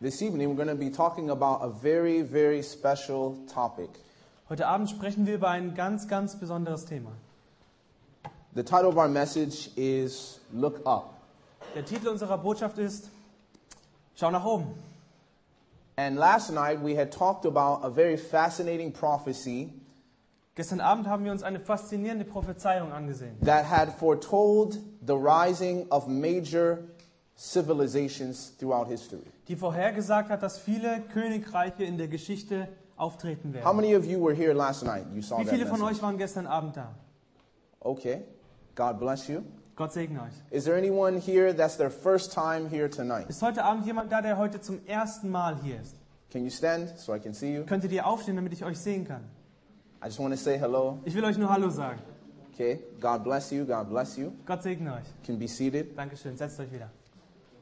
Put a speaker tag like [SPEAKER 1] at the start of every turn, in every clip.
[SPEAKER 1] This evening, we're going to be talking about a very, very special topic.
[SPEAKER 2] Heute Abend sprechen wir über ein ganz, ganz besonderes Thema.
[SPEAKER 1] The title of our message is Look Up.
[SPEAKER 2] Der Titel unserer Botschaft ist Schau nach oben.
[SPEAKER 1] And last night, we had talked about a very fascinating prophecy
[SPEAKER 2] Gestern Abend haben wir uns eine faszinierende Prophezeiung angesehen,
[SPEAKER 1] that had foretold the rising of major civilizations throughout history.
[SPEAKER 2] die vorhergesagt hat, dass viele Königreiche in der Geschichte auftreten
[SPEAKER 1] How
[SPEAKER 2] werden.
[SPEAKER 1] many of you were here last night? You saw
[SPEAKER 2] Wie
[SPEAKER 1] that.
[SPEAKER 2] viele von
[SPEAKER 1] message.
[SPEAKER 2] euch waren gestern Abend da?
[SPEAKER 1] Okay. God bless you.
[SPEAKER 2] Gott segne euch.
[SPEAKER 1] Is there anyone here that's their first time here tonight?
[SPEAKER 2] Ist heute Abend jemand da, der heute zum ersten Mal hier ist?
[SPEAKER 1] Can you stand so I can see you?
[SPEAKER 2] Könntet ihr aufstehen, damit ich euch sehen kann?
[SPEAKER 1] I just want to say hello.
[SPEAKER 2] Ich will euch nur Hallo sagen.
[SPEAKER 1] Okay. God bless you. God bless you.
[SPEAKER 2] Gott segne euch.
[SPEAKER 1] You Can be seated.
[SPEAKER 2] Dankeschön, setzt euch wieder.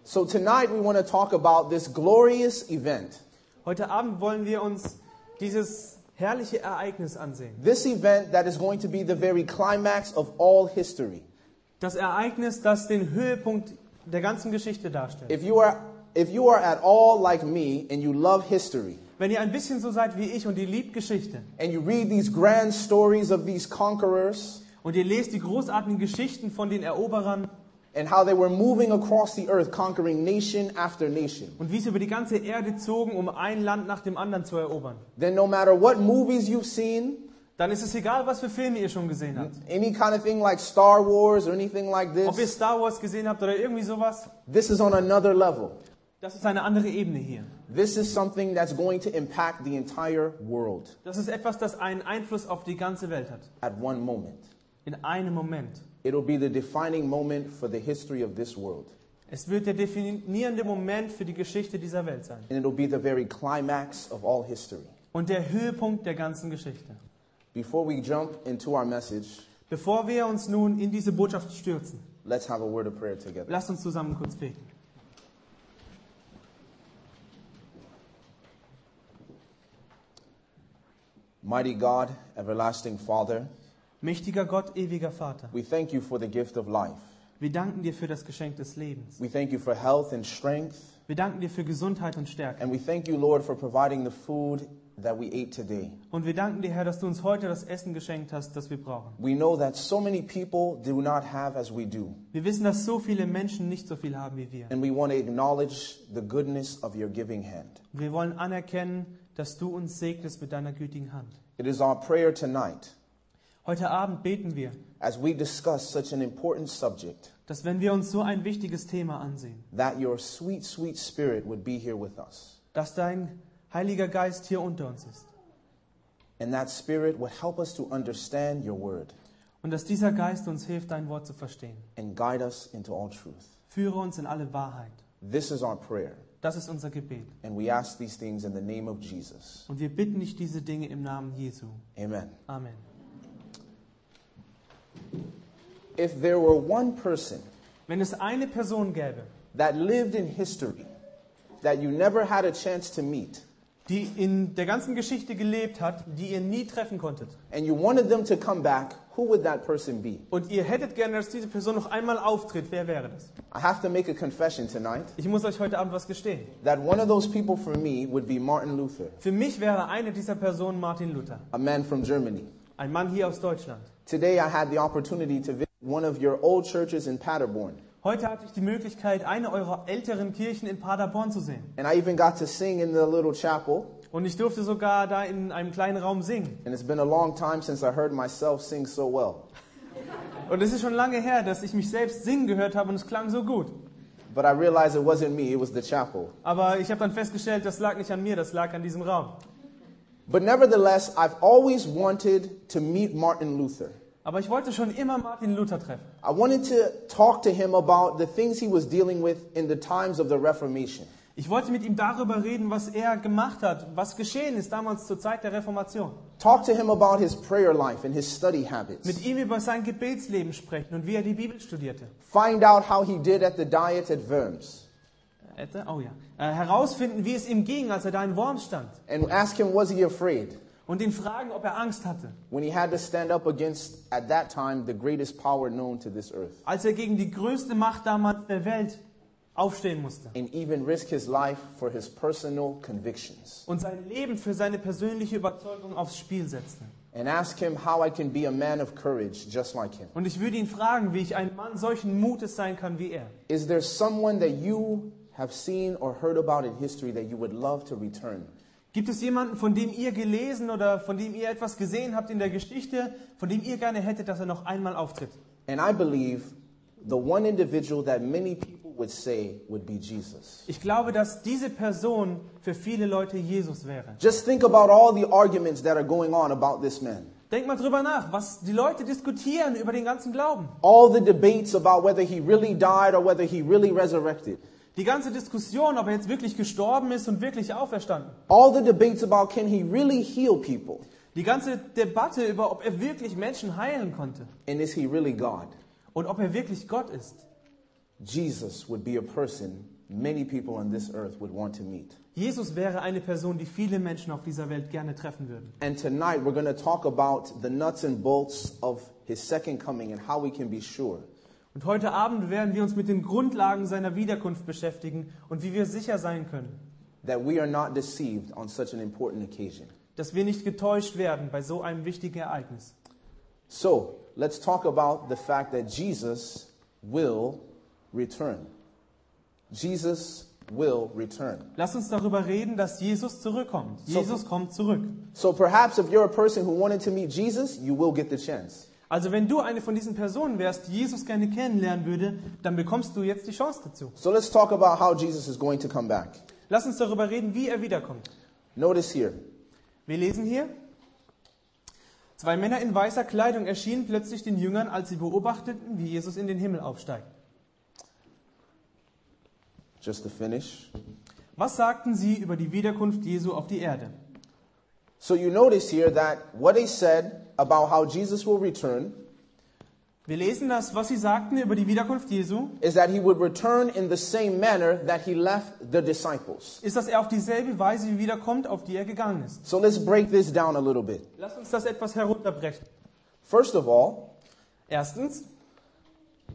[SPEAKER 1] So tonight we want to talk about this glorious event.
[SPEAKER 2] Heute Abend wollen wir uns dieses herrliche Ereignis ansehen.
[SPEAKER 1] This event that is going to be the very climax of all history.
[SPEAKER 2] Das Ereignis, das den Höhepunkt der ganzen Geschichte darstellt.
[SPEAKER 1] If you are if you are at all like me and you love history
[SPEAKER 2] Wenn ihr ein bisschen so seid wie ich und ihr liebt Geschichte
[SPEAKER 1] and you read these grand stories of these conquerors
[SPEAKER 2] und ihr lest die großartigen Geschichten von den Eroberern
[SPEAKER 1] and how they were moving across the earth conquering nation after nation,
[SPEAKER 2] und wie sie über die ganze Erde zogen, um ein Land nach dem anderen zu erobern,
[SPEAKER 1] then no matter what movies you've seen,
[SPEAKER 2] dann ist es egal, was für Filme ihr schon gesehen habt.
[SPEAKER 1] any kind of thing like Star Wars or anything like
[SPEAKER 2] Ob ihr
[SPEAKER 1] this,
[SPEAKER 2] Star Wars gesehen habt oder irgendwie sowas,
[SPEAKER 1] this is on another level.
[SPEAKER 2] das ist eine andere Ebene hier.
[SPEAKER 1] This is something that's going to impact the entire world
[SPEAKER 2] Das ist etwas, das einen Einfluss auf die ganze Welt hat.
[SPEAKER 1] at one moment.
[SPEAKER 2] In einem Moment.
[SPEAKER 1] It'll be the defining moment for the history of this world.
[SPEAKER 2] Es wird der definierende Moment für die Geschichte dieser Welt sein.
[SPEAKER 1] And it'll be the very climax of all history.
[SPEAKER 2] Und der Höhepunkt der ganzen Geschichte.
[SPEAKER 1] Before we jump into our message,
[SPEAKER 2] Bevor wir uns nun in diese Botschaft stürzen,
[SPEAKER 1] let's have a word of prayer together.
[SPEAKER 2] lasst uns zusammen kurz beten.
[SPEAKER 1] Mighty God, everlasting Father,
[SPEAKER 2] Mächtiger Gott, ewiger Vater,
[SPEAKER 1] we thank you for the gift of life.
[SPEAKER 2] wir danken dir für das Geschenk des Lebens.
[SPEAKER 1] We thank you for health and strength.
[SPEAKER 2] Wir danken dir für Gesundheit und Stärke.
[SPEAKER 1] And we thank you, Lord, for providing the food that we ate today.
[SPEAKER 2] Und wir danken dir, Herr, dass du uns heute das Essen geschenkt hast, das wir brauchen.
[SPEAKER 1] We know that so many people do not have as we do.
[SPEAKER 2] Wir wissen, dass so viele Menschen nicht so viel haben wie wir.
[SPEAKER 1] And we want to acknowledge the goodness of your giving hand.
[SPEAKER 2] Wir wollen anerkennen, dass du uns segnest mit deiner gütigen Hand.
[SPEAKER 1] It is our prayer tonight
[SPEAKER 2] Heute Abend beten wir,
[SPEAKER 1] as we discuss such an important subject
[SPEAKER 2] dass wenn wir uns so ein wichtiges Thema ansehen,
[SPEAKER 1] that your sweet, sweet spirit would be here with us.
[SPEAKER 2] dass dein Heiliger Geist hier unter uns ist.
[SPEAKER 1] And that spirit would help us to understand your word
[SPEAKER 2] Und dass dieser Geist uns hilft, dein Wort zu verstehen.
[SPEAKER 1] and guide us into all truth.
[SPEAKER 2] Führe uns in alle Wahrheit.
[SPEAKER 1] This is our prayer.
[SPEAKER 2] Das ist unser Gebet.
[SPEAKER 1] And we ask these things in the name of Jesus.
[SPEAKER 2] Und wir bitten dich diese Dinge im Namen Jesu.
[SPEAKER 1] Amen.
[SPEAKER 2] Amen.
[SPEAKER 1] If there were one person
[SPEAKER 2] Wenn es eine Person gäbe,
[SPEAKER 1] that lived in history that you never had a chance to meet,
[SPEAKER 2] die in der ganzen Geschichte gelebt hat, die ihr nie treffen konntet,
[SPEAKER 1] and you wanted them to come back, who would that person be?
[SPEAKER 2] und ihr hättet gerne, dass diese Person noch einmal auftritt, wer wäre das?
[SPEAKER 1] I have to make a confession tonight
[SPEAKER 2] Ich muss euch heute Abend was gestehen.
[SPEAKER 1] that one of those people for me would be Martin Luther,
[SPEAKER 2] Für mich wäre eine dieser Personen Martin Luther,
[SPEAKER 1] a man from Germany.
[SPEAKER 2] ein Mann hier aus Deutschland.
[SPEAKER 1] Today I had the opportunity to visit one of your old churches in Paderborn,
[SPEAKER 2] Heute hatte ich die Möglichkeit, eine eurer älteren Kirchen in Paderborn zu sehen.
[SPEAKER 1] and I even got to sing in the little chapel.
[SPEAKER 2] Und ich durfte sogar da in einem kleinen Raum singen.
[SPEAKER 1] And it's been a long time since I heard myself sing so well.
[SPEAKER 2] Und es ist schon lange her, dass ich mich selbst singen gehört habe und es klang so gut.
[SPEAKER 1] But I realized it wasn't me, it was the chapel.
[SPEAKER 2] Aber ich habe dann festgestellt, das lag nicht an mir, das lag an diesem Raum.
[SPEAKER 1] But nevertheless, I've always wanted to meet Martin Luther.
[SPEAKER 2] Aber ich wollte schon immer Martin Luther treffen.
[SPEAKER 1] I wanted to talk to him about the things he was dealing with in the times of the Reformation.
[SPEAKER 2] Ich wollte mit ihm darüber reden, was er gemacht hat, was geschehen ist damals zur Zeit der Reformation.
[SPEAKER 1] Talk to him about his prayer life and his study habits.
[SPEAKER 2] Mit ihm über sein Gebetsleben sprechen und wie er die Bibel studierte.
[SPEAKER 1] Find out how he did at the diet at Worms.
[SPEAKER 2] Hätte? Oh ja. Äh, herausfinden, wie es ihm ging, als er da in Worms stand.
[SPEAKER 1] And ask him, was he afraid
[SPEAKER 2] Und ihn fragen, ob er Angst hatte,
[SPEAKER 1] when he had to stand up against, at that time, the greatest power known to this earth?
[SPEAKER 2] als er gegen die größte Macht damals der Welt aufstehen musste
[SPEAKER 1] and even risk his life for his personal convictions.
[SPEAKER 2] und sein Leben für seine persönliche Überzeugung aufs Spiel setzte.
[SPEAKER 1] And ask him how I can be a man of courage just like him.
[SPEAKER 2] Und ich würde ihn fragen, wie ich ein Mann solchen Mutes sein kann wie er.
[SPEAKER 1] Is there someone that you have seen or heard about in history that you would love to return?
[SPEAKER 2] Gibt es jemanden, von dem ihr gelesen oder von dem ihr etwas gesehen habt in der Geschichte, von dem ihr gerne hättet, dass er noch einmal auftritt?
[SPEAKER 1] And I believe the one individual that many people would say would be Jesus.
[SPEAKER 2] Ich glaube, dass diese Person für viele Leute Jesus wäre.
[SPEAKER 1] Just think about all the arguments that are going on about this man.
[SPEAKER 2] Denkt mal drüber nach, was die Leute diskutieren über den ganzen Glauben.
[SPEAKER 1] All the debates about whether he really died or whether he really resurrected.
[SPEAKER 2] Die ganze Diskussion, ob er jetzt wirklich gestorben ist und wirklich auferstanden.
[SPEAKER 1] All the debates about can he really heal people?
[SPEAKER 2] Die ganze Debatte über, ob er wirklich Menschen heilen konnte
[SPEAKER 1] And is he really God?
[SPEAKER 2] und ob er wirklich Gott ist.
[SPEAKER 1] Jesus would be a person many people on this earth would want to meet.
[SPEAKER 2] Jesus wäre eine Person, die viele Menschen auf dieser Welt gerne treffen würden.
[SPEAKER 1] And tonight we're going to talk about the nuts and bolts of his second coming and how we can be sure.
[SPEAKER 2] Und heute Abend werden wir uns mit den Grundlagen seiner Wiederkunft beschäftigen und wie wir sicher sein können,
[SPEAKER 1] that we are not deceived on such an important occasion.
[SPEAKER 2] dass wir nicht getäuscht werden bei so einem wichtigen Ereignis.
[SPEAKER 1] So, let's talk about the fact that Jesus will return. Jesus will return.
[SPEAKER 2] Lasst uns darüber reden, dass Jesus zurückkommt. Jesus kommt zurück.
[SPEAKER 1] So, perhaps if you're a person who wanted to meet Jesus, you will get the chance.
[SPEAKER 2] Also wenn du eine von diesen Personen wärst, die Jesus gerne kennenlernen würde, dann bekommst du jetzt die Chance dazu.
[SPEAKER 1] So, let's talk about how Jesus is going to come back.
[SPEAKER 2] Lass uns darüber reden, wie er wiederkommt.
[SPEAKER 1] Notice here,
[SPEAKER 2] Wir lesen hier, zwei Männer in weißer Kleidung erschienen plötzlich den Jüngern, als sie beobachteten, wie Jesus in den Himmel aufsteigt.
[SPEAKER 1] just to finish.
[SPEAKER 2] Was sagten sie über die Wiederkunft Jesu auf die Erde?
[SPEAKER 1] So, you notice here that what they said about how Jesus will return
[SPEAKER 2] Wir lesen das, was sie sagten über die Wiederkunft Jesu,
[SPEAKER 1] is that he would return in the same manner that he left the disciples.
[SPEAKER 2] ist, dass er auf dieselbe Weise wiederkommt, auf die er gegangen ist.
[SPEAKER 1] So, let's break this down a little bit.
[SPEAKER 2] Lass uns das etwas herunterbrechen.
[SPEAKER 1] First of all,
[SPEAKER 2] Erstens,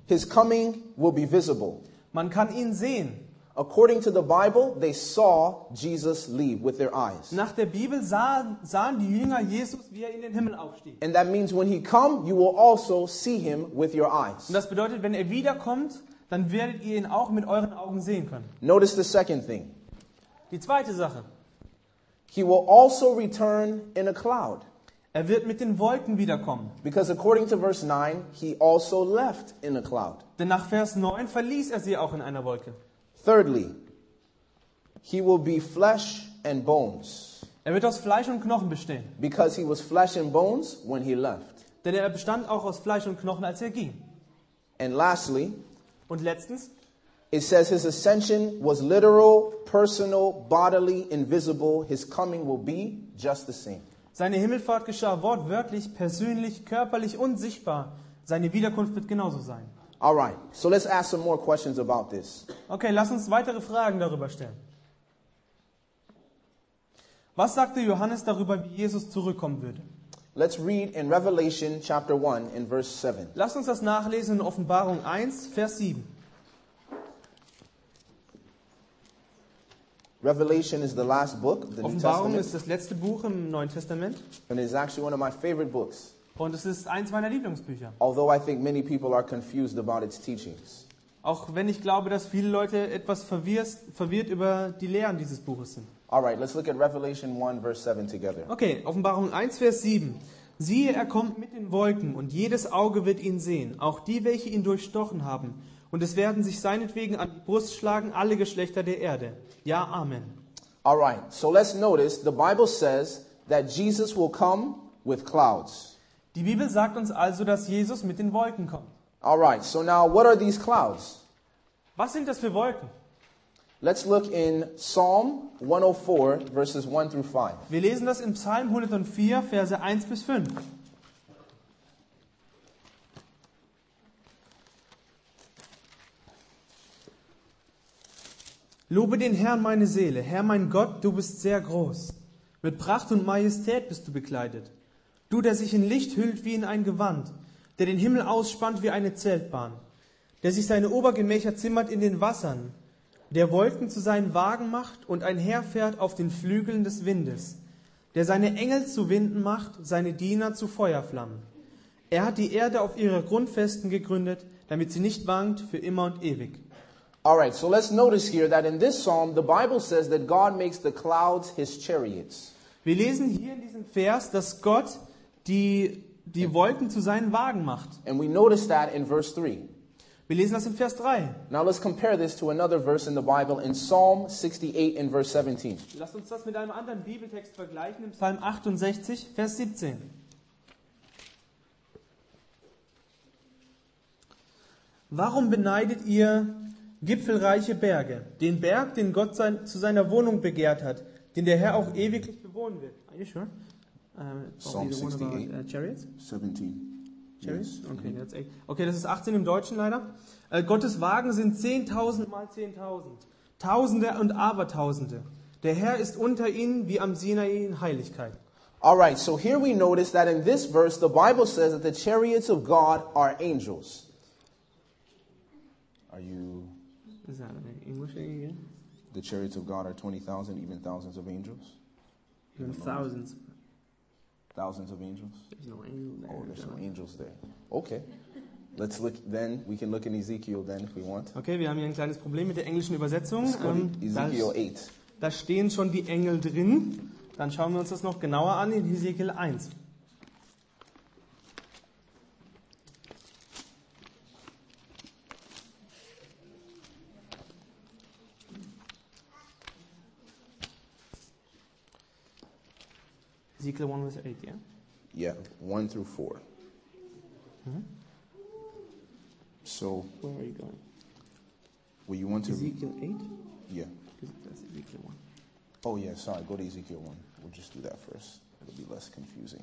[SPEAKER 1] his coming will be visible.
[SPEAKER 2] man kann ihn sehen.
[SPEAKER 1] According to the Bible, they saw Jesus leave with their eyes.
[SPEAKER 2] Nach der Bibel sahen, sahen die Jünger Jesus, wie er in den Himmel aufstieg.
[SPEAKER 1] And that means when he come, you will also see him with your
[SPEAKER 2] Und
[SPEAKER 1] eyes.
[SPEAKER 2] das bedeutet, wenn er wiederkommt, dann werdet ihr ihn auch mit euren Augen sehen können.
[SPEAKER 1] Notice the second thing.
[SPEAKER 2] Die zweite Sache,
[SPEAKER 1] He will also return in a cloud
[SPEAKER 2] er wird mit den Wolken wiederkommen.
[SPEAKER 1] because according to verse 9, he also left in a cloud.
[SPEAKER 2] Denn nach Vers 9 verließ er sie auch in einer Wolke.
[SPEAKER 1] Thirdly, he will be flesh and bones
[SPEAKER 2] Er wird aus Fleisch und Knochen bestehen.
[SPEAKER 1] because he was flesh and bones when he left.
[SPEAKER 2] Denn er bestand auch aus Fleisch und Knochen, als er ging.
[SPEAKER 1] And lastly,
[SPEAKER 2] Und letztens,
[SPEAKER 1] It says his ascension was literal, personal, bodily, invisible. His coming will be just the same.
[SPEAKER 2] Seine Himmelfahrt geschah wortwörtlich, persönlich, körperlich und sichtbar. Seine Wiederkunft wird genauso sein.
[SPEAKER 1] All right, so let's ask some more questions about this.
[SPEAKER 2] Okay, lass uns weitere Fragen darüber stellen. Was sagte Johannes darüber, wie Jesus zurückkommen würde?
[SPEAKER 1] Let's read in Revelation chapter 1 in verse 7.
[SPEAKER 2] Lass uns das nachlesen in Offenbarung 1, Vers 7.
[SPEAKER 1] Revelation is the last book of the New
[SPEAKER 2] Offenbarung ist
[SPEAKER 1] Testament,
[SPEAKER 2] das letzte Buch im Neuen Testament
[SPEAKER 1] and it's actually one of my favorite books,
[SPEAKER 2] und es ist eins meiner Lieblingsbücher.
[SPEAKER 1] although I think many people are confused about its teachings.
[SPEAKER 2] Auch wenn ich glaube, dass viele Leute etwas verwirrt, verwirrt über die Lehren dieses Buches sind.
[SPEAKER 1] All right, let's look at Revelation 1 verse 7 together.
[SPEAKER 2] Okay, Offenbarung 1, Vers 7. Siehe, er kommt mit den Wolken, und jedes Auge wird ihn sehen, auch die, welche ihn durchstochen haben. Und es werden sich seinetwegen an die Brust schlagen alle Geschlechter der Erde. Ja, Amen.
[SPEAKER 1] All right, so let's notice the Bible says that Jesus will come with clouds.
[SPEAKER 2] Die Bibel sagt uns also, dass Jesus mit den Wolken kommt.
[SPEAKER 1] All right, so now what are these clouds?
[SPEAKER 2] Was sind das für Wolken?
[SPEAKER 1] Let's look in Psalm 104, verses 1 through 5.
[SPEAKER 2] Wir lesen das in Psalm 104, Verse 1 bis 5. Lobe den Herrn meine Seele, Herr mein Gott, du bist sehr groß. Mit Pracht und Majestät bist du bekleidet. Du, der sich in Licht hüllt wie in ein Gewand, der den Himmel ausspannt wie eine Zeltbahn, der sich seine Obergemächer zimmert in den Wassern, der Wolken zu seinen Wagen macht und einherfährt auf den Flügeln des Windes, der seine Engel zu Winden macht, seine Diener zu Feuerflammen. Er hat die Erde auf ihre Grundfesten gegründet, damit sie nicht wankt für immer und ewig.
[SPEAKER 1] All right, so let's notice here that in this psalm, the Bible says that God makes the clouds his chariots.
[SPEAKER 2] Wir lesen hier in diesem Vers, dass Gott die, die Wolken zu seinen Wagen macht.
[SPEAKER 1] And we notice that in verse 3.
[SPEAKER 2] Wir lesen das in Vers 3.
[SPEAKER 1] Now let's compare this to another verse in the Bible in Psalm 68 and verse 17.
[SPEAKER 2] Lasst uns das mit einem anderen Bibeltext vergleichen, im Psalm 68, Vers 17. Warum beneidet ihr gipfelreiche Berge, den Berg, den Gott sein, zu seiner Wohnung begehrt hat, den der Herr auch ewiglich bewohnen wird? Are you sure? Ähm, it's
[SPEAKER 1] Psalm
[SPEAKER 2] probably the one about,
[SPEAKER 1] 68.
[SPEAKER 2] äh, chariots?
[SPEAKER 1] 17.
[SPEAKER 2] Cherries? Okay, that's eight. okay, das ist 18 im Deutschen leider. Äh, Gottes Wagen sind 10.000 mal 10.000. Tausende und Abertausende. Der Herr ist unter ihnen wie am Sinai in Heiligkeit.
[SPEAKER 1] All right, so here we notice that in this verse, the Bible says that the chariots of God are angels. Are you,
[SPEAKER 2] Is that an English thing again?
[SPEAKER 1] the chariots of God are 20,000, even thousands of angels?
[SPEAKER 2] Even thousands.
[SPEAKER 1] Thousands of angels?
[SPEAKER 2] There's no angel there.
[SPEAKER 1] Oh, there's no angels there. Okay. Let's look, then we can look in Ezekiel then if we want.
[SPEAKER 2] Okay, wir haben hier ein kleines Problem mit der englischen Übersetzung. Ähm,
[SPEAKER 1] Let's go to
[SPEAKER 2] da,
[SPEAKER 1] Ezekiel 8.
[SPEAKER 2] da stehen schon die Engel drin. Dann schauen wir uns das noch genauer an in Hesekiel 1. Hesekiel 1 Vers 8, ja?
[SPEAKER 1] Yeah, 1 through 4. So,
[SPEAKER 2] Where are you going?
[SPEAKER 1] will you want to read?
[SPEAKER 2] Ezekiel 8?
[SPEAKER 1] Yeah.
[SPEAKER 2] That's Ezekiel 1.
[SPEAKER 1] Oh, yeah, sorry. Go to Ezekiel 1. We'll just do that first. It'll be less confusing.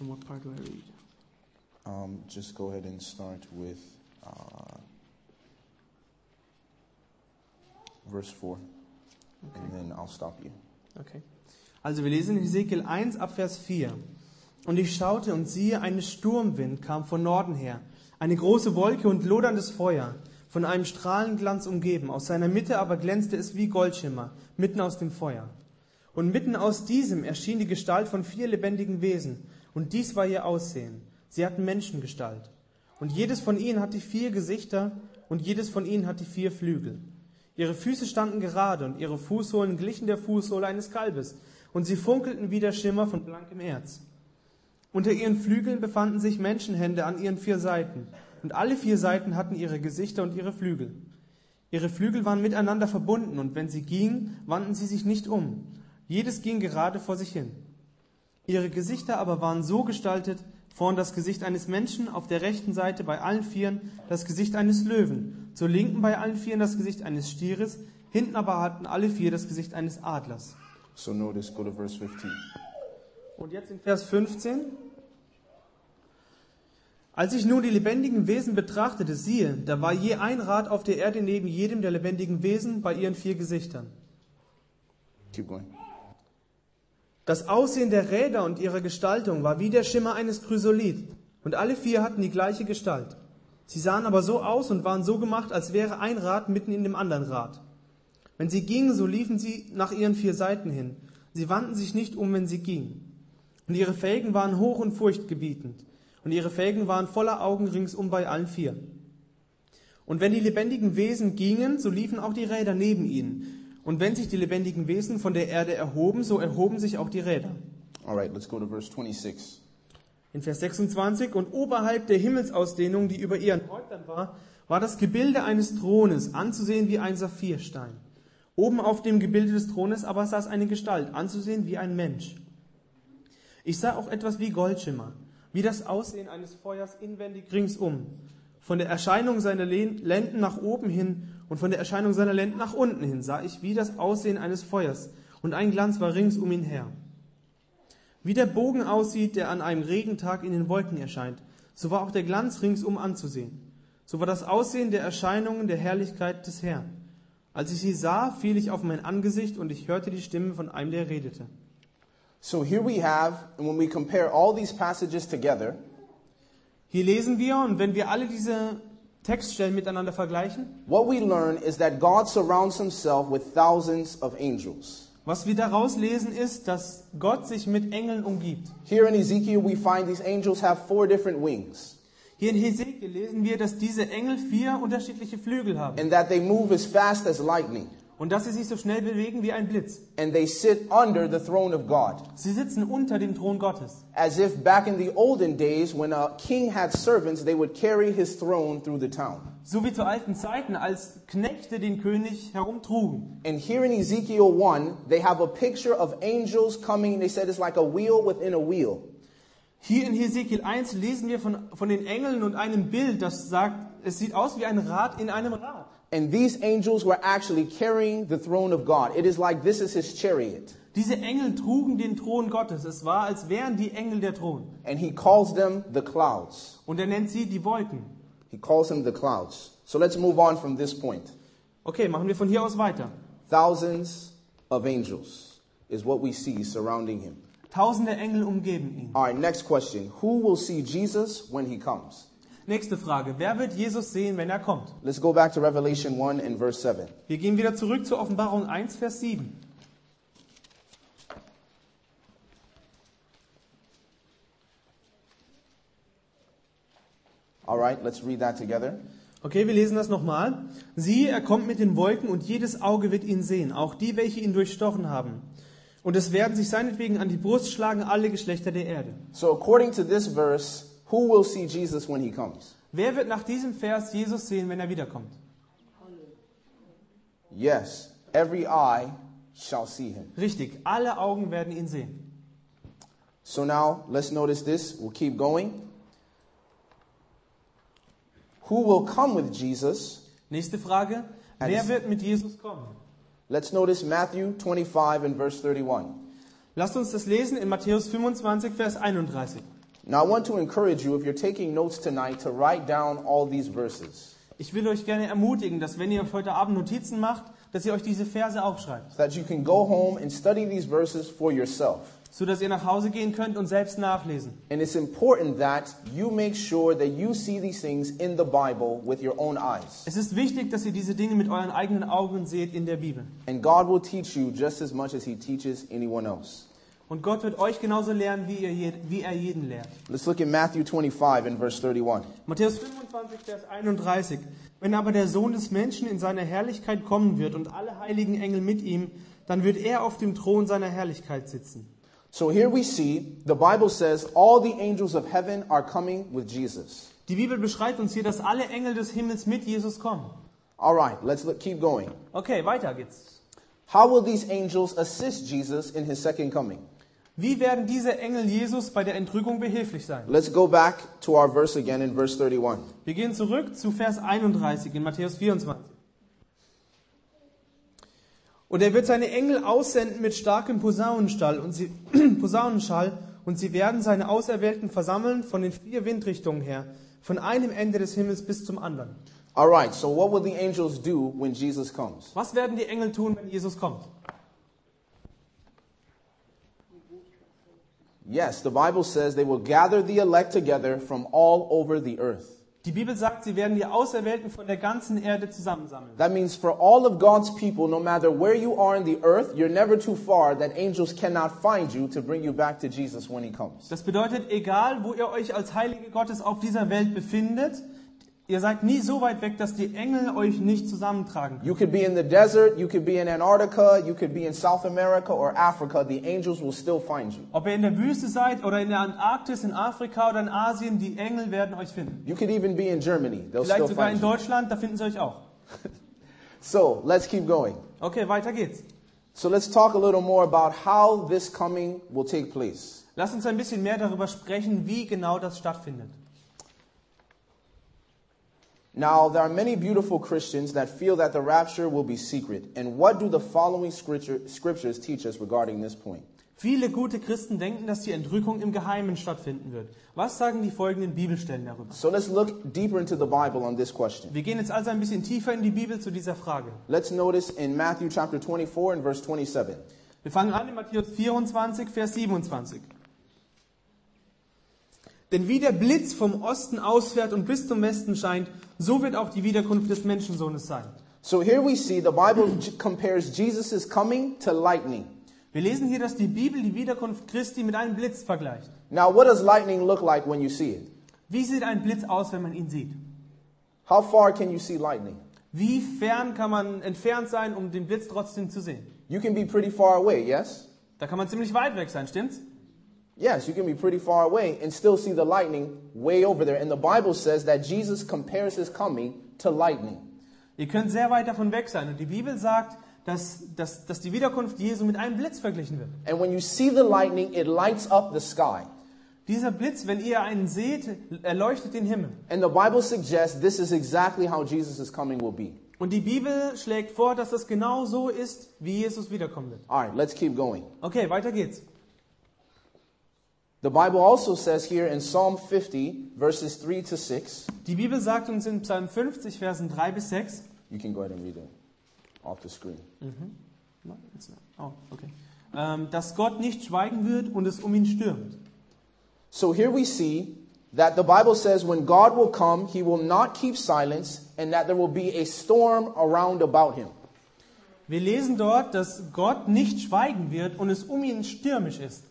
[SPEAKER 2] And what part do I read?
[SPEAKER 1] Um, just go ahead and start with uh, verse 4, and then I'll stop you.
[SPEAKER 2] Okay. Also wir lesen in Hesekiel 1 ab Vers 4. Und ich schaute und siehe, ein Sturmwind kam von Norden her, eine große Wolke und loderndes Feuer, von einem Strahlenglanz umgeben, aus seiner Mitte aber glänzte es wie Goldschimmer, mitten aus dem Feuer. Und mitten aus diesem erschien die Gestalt von vier lebendigen Wesen, und dies war ihr Aussehen. Sie hatten Menschengestalt. Und jedes von ihnen hatte vier Gesichter, und jedes von ihnen hatte vier Flügel. Ihre Füße standen gerade, und ihre Fußsohlen glichen der Fußsohle eines Kalbes, und sie funkelten wie der Schimmer von blankem Erz. Unter ihren Flügeln befanden sich Menschenhände an ihren vier Seiten, und alle vier Seiten hatten ihre Gesichter und ihre Flügel. Ihre Flügel waren miteinander verbunden, und wenn sie gingen, wandten sie sich nicht um. Jedes ging gerade vor sich hin. Ihre Gesichter aber waren so gestaltet, vorn das Gesicht eines Menschen, auf der rechten Seite bei allen Vieren das Gesicht eines Löwen, zur linken bei allen Vieren das Gesicht eines Stieres, hinten aber hatten alle vier das Gesicht eines Adlers.
[SPEAKER 1] So notice, go to verse 15.
[SPEAKER 2] Und jetzt in Vers 15. Als ich nun die lebendigen Wesen betrachtete, siehe, da war je ein Rad auf der Erde neben jedem der lebendigen Wesen bei ihren vier Gesichtern.
[SPEAKER 1] Keep going.
[SPEAKER 2] Das Aussehen der Räder und ihre Gestaltung war wie der Schimmer eines Chrysolith, und alle vier hatten die gleiche Gestalt. Sie sahen aber so aus und waren so gemacht, als wäre ein Rad mitten in dem anderen Rad. Wenn sie gingen, so liefen sie nach ihren vier Seiten hin. Sie wandten sich nicht um, wenn sie gingen. Und ihre Felgen waren hoch und furchtgebietend, und ihre Felgen waren voller Augen ringsum bei allen vier. Und wenn die lebendigen Wesen gingen, so liefen auch die Räder neben ihnen. Und wenn sich die lebendigen Wesen von der Erde erhoben, so erhoben sich auch die Räder.
[SPEAKER 1] All right, let's go to verse 26.
[SPEAKER 2] In Vers 26, und oberhalb der Himmelsausdehnung, die über ihren Häuptern war, war das Gebilde eines Thrones, anzusehen wie ein Saphirstein. Oben auf dem Gebilde des Thrones aber saß eine Gestalt, anzusehen wie ein Mensch. Ich sah auch etwas wie Goldschimmer, wie das Aussehen eines Feuers inwendig ringsum, von der Erscheinung seiner Len- Lenden nach oben hin und von der Erscheinung seiner Lenden nach unten hin sah ich wie das Aussehen eines Feuers, und ein Glanz war rings um ihn her. Wie der Bogen aussieht, der an einem Regentag in den Wolken erscheint, so war auch der Glanz ringsum anzusehen. So war das Aussehen der Erscheinungen der Herrlichkeit des Herrn. Als ich sie sah, fiel ich auf mein Angesicht und ich hörte die Stimme von einem, der redete.
[SPEAKER 1] So here we have, and when we compare all these passages together,
[SPEAKER 2] Hier lesen wir, und wenn wir alle diese Textstellen miteinander vergleichen?
[SPEAKER 1] What we learn is that God surrounds himself with thousands of angels.
[SPEAKER 2] Was wir daraus lesen ist, dass Gott sich mit Engeln umgibt.
[SPEAKER 1] Here in Ezekiel, we find these angels have four different wings
[SPEAKER 2] Hier in Hesekiel lesen wir, dass diese Engel vier unterschiedliche Flügel haben
[SPEAKER 1] and that they move as fast as lightning
[SPEAKER 2] und dass sie sich so schnell bewegen wie ein Blitz.
[SPEAKER 1] and they sit under the throne of God.
[SPEAKER 2] Sie sitzen unter dem Thron Gottes.
[SPEAKER 1] As if back in the olden days, when a king had servants, they would carry his throne through the town.
[SPEAKER 2] So wie zu alten Zeiten, als Knechte den König herumtrugen.
[SPEAKER 1] And here in Ezekiel 1, they have a picture of angels coming, and they said it's like a wheel within a wheel.
[SPEAKER 2] Hier in Hesekiel 1 lesen wir von, von den Engeln und einem Bild, das sagt, es sieht aus wie ein Rad in einem Rad.
[SPEAKER 1] And these angels were actually carrying the throne of God. It is like this is his chariot.
[SPEAKER 2] Diese Engel trugen den Thron Gottes. Es war, als wären die Engel der Thron.
[SPEAKER 1] And he calls them the clouds.
[SPEAKER 2] Und er nennt sie die Wolken.
[SPEAKER 1] He calls them the clouds. So let's move on from this point.
[SPEAKER 2] Okay, machen wir von hier aus weiter.
[SPEAKER 1] Thousands of angels is what we see surrounding him.
[SPEAKER 2] Tausende Engel umgeben ihn.
[SPEAKER 1] All right, next question. Who will see Jesus when he comes?
[SPEAKER 2] Nächste Frage. Wer wird Jesus sehen, wenn er kommt?
[SPEAKER 1] Let's go back to Revelation 1 and verse 7.
[SPEAKER 2] Wir gehen wieder zurück zur Offenbarung 1, Vers 7.
[SPEAKER 1] All right, let's read that together.
[SPEAKER 2] Okay, wir lesen das nochmal. Siehe, er kommt mit den Wolken und jedes Auge wird ihn sehen, auch die, welche ihn durchstochen haben. Und es werden sich seinetwegen an die Brust schlagen alle Geschlechter der Erde.
[SPEAKER 1] So, according to this verse, who will see Jesus when he comes?
[SPEAKER 2] Wer wird nach diesem Vers Jesus sehen, wenn er wiederkommt?
[SPEAKER 1] Yes, every eye shall see him.
[SPEAKER 2] Richtig, alle Augen werden ihn sehen.
[SPEAKER 1] So now let's notice this. We'll keep going. Who will come with Jesus?
[SPEAKER 2] Nächste Frage. Wer
[SPEAKER 1] Alles.
[SPEAKER 2] wird mit Jesus kommen?
[SPEAKER 1] Let's notice Matthew 25 and verse 31.
[SPEAKER 2] Lasst uns das lesen in Matthäus 25, Vers 31.
[SPEAKER 1] Now I want to encourage you, if you're taking notes tonight, to write down all these verses
[SPEAKER 2] Ich will euch gerne ermutigen, dass wenn ihr euch heute Abend Notizen macht, dass ihr euch diese Verse aufschreibt,
[SPEAKER 1] so that you can go home and study these verses for yourself.
[SPEAKER 2] so dass ihr nach Hause gehen könnt und selbst nachlesen.
[SPEAKER 1] And it's important that you make sure that you see these things in the Bible with your own eyes.
[SPEAKER 2] Es ist wichtig, dass ihr diese Dinge mit euren eigenen Augen seht in der Bibel.
[SPEAKER 1] And God will teach you just as much as He teaches anyone else.
[SPEAKER 2] Und Gott wird euch genauso lehren, wie, ihr jed- wie er jeden lehrt.
[SPEAKER 1] Let's look at Matthew 25 and verse 31.
[SPEAKER 2] Matthäus 25, Vers 31. Wenn aber der Sohn des Menschen in seiner Herrlichkeit kommen wird und alle heiligen Engel mit ihm, dann wird er auf dem Thron seiner Herrlichkeit sitzen.
[SPEAKER 1] So here we see the Bible says all the angels of heaven are coming with Jesus.
[SPEAKER 2] Die Bibel beschreibt uns hier, dass alle Engel des Himmels mit Jesus kommen.
[SPEAKER 1] All right, let's look, keep going.
[SPEAKER 2] Okay, weiter geht's.
[SPEAKER 1] How will these angels assist Jesus in his second coming?
[SPEAKER 2] Wie werden diese Engel Jesus bei der Entrückung behilflich sein?
[SPEAKER 1] Let's go back to our verse again in verse 31.
[SPEAKER 2] Wir gehen zurück zu Vers 31 in Matthäus 24. Und er wird seine Engel aussenden mit starkem Posaunenstall und sie, Posaunenschall, und sie werden seine Auserwählten versammeln von den vier Windrichtungen her, von einem Ende des Himmels bis zum anderen.
[SPEAKER 1] All right, so what will the angels do when Jesus comes?
[SPEAKER 2] Was werden die Engel tun, wenn Jesus kommt?
[SPEAKER 1] Yes, the Bible says they will gather the elect together from all over the earth.
[SPEAKER 2] Die Bibel sagt, sie werden die Auserwählten von der ganzen Erde zusammensammeln.
[SPEAKER 1] That means for all of God's people, no matter where you are in the earth, you're never too far that angels cannot find you to bring you back to Jesus when he comes.
[SPEAKER 2] Das bedeutet, egal wo ihr euch als Heilige Gottes auf dieser Welt befindet, ihr seid nie so weit weg, dass die Engel euch nicht zusammentragen können.
[SPEAKER 1] You could be in the desert, you could be in Antarctica, you could be in South America or Africa, the angels will still find you.
[SPEAKER 2] Ob ihr in der Wüste seid oder in der Antarktis, in Afrika oder in Asien, die Engel werden euch finden.
[SPEAKER 1] You could even be in Germany, they'll
[SPEAKER 2] Vielleicht
[SPEAKER 1] still
[SPEAKER 2] sogar in
[SPEAKER 1] find you.
[SPEAKER 2] Deutschland, da finden sie euch auch.
[SPEAKER 1] So let's keep going.
[SPEAKER 2] Okay, weiter geht's.
[SPEAKER 1] So let's talk a little more about how this coming will take place.
[SPEAKER 2] Lasst uns ein bisschen mehr darüber sprechen, wie genau das stattfindet.
[SPEAKER 1] Now, there are many beautiful Christians that feel that the rapture will be secret. And what do the following scripture, scriptures teach us regarding this point?
[SPEAKER 2] Viele gute Christen denken, dass die Entrückung im Geheimen stattfinden wird. Was sagen die folgenden Bibelstellen darüber?
[SPEAKER 1] So let's look deeper into the Bible on this question.
[SPEAKER 2] Wir gehen jetzt also ein bisschen tiefer in die Bibel zu dieser Frage.
[SPEAKER 1] Let's notice in Matthew chapter 24 and verse 27.
[SPEAKER 2] Wir fangen an in Matthäus 24, Vers 27. Denn wie der Blitz vom Osten ausfährt und bis zum Westen scheint, so wird auch die Wiederkunft des Menschensohnes sein.
[SPEAKER 1] So here we see the Bible j- compares Jesus' coming to lightning.
[SPEAKER 2] Wir lesen hier, dass die Bibel die Wiederkunft Christi mit einem Blitz vergleicht.
[SPEAKER 1] Now, what does lightning look like when you see it?
[SPEAKER 2] Wie sieht ein Blitz aus, wenn man ihn sieht?
[SPEAKER 1] How far can you see lightning?
[SPEAKER 2] Wie fern kann man entfernt sein, um den Blitz trotzdem zu sehen?
[SPEAKER 1] You can be pretty far away, yes?
[SPEAKER 2] Da kann man ziemlich weit weg sein, stimmt's?
[SPEAKER 1] Yes, you can be pretty far away and still see the lightning way over there. And the Bible says that Jesus compares his coming to lightning.
[SPEAKER 2] Ihr könnt sehr weit davon weg sein. Und die Bibel sagt, dass, dass, dass die Wiederkunft Jesu mit einem Blitz verglichen wird.
[SPEAKER 1] And when you see the lightning, it lights up the sky.
[SPEAKER 2] Dieser Blitz, wenn ihr einen seht, erleuchtet den Himmel.
[SPEAKER 1] And the Bible suggests this is exactly how Jesus' coming will be.
[SPEAKER 2] Und die Bibel schlägt vor, dass das genau so ist, wie Jesus wiederkommen wird.
[SPEAKER 1] All right, let's keep going.
[SPEAKER 2] Okay, weiter geht's.
[SPEAKER 1] The Bible also says here in Psalm 50, verses 3 to 6,
[SPEAKER 2] Die Bibel sagt uns in Psalm 50, Versen 3 bis 6.
[SPEAKER 1] you can go ahead and read it off the screen.
[SPEAKER 2] No, it's not. Oh, okay. Ähm, dass Gott nicht schweigen wird und es um ihn stürmt.
[SPEAKER 1] So here we see that the Bible says when God will come, he will not keep silence, and that there will be a storm around about him.
[SPEAKER 2] Wir lesen dort, dass Gott nicht schweigen wird und es um ihn stürmisch ist.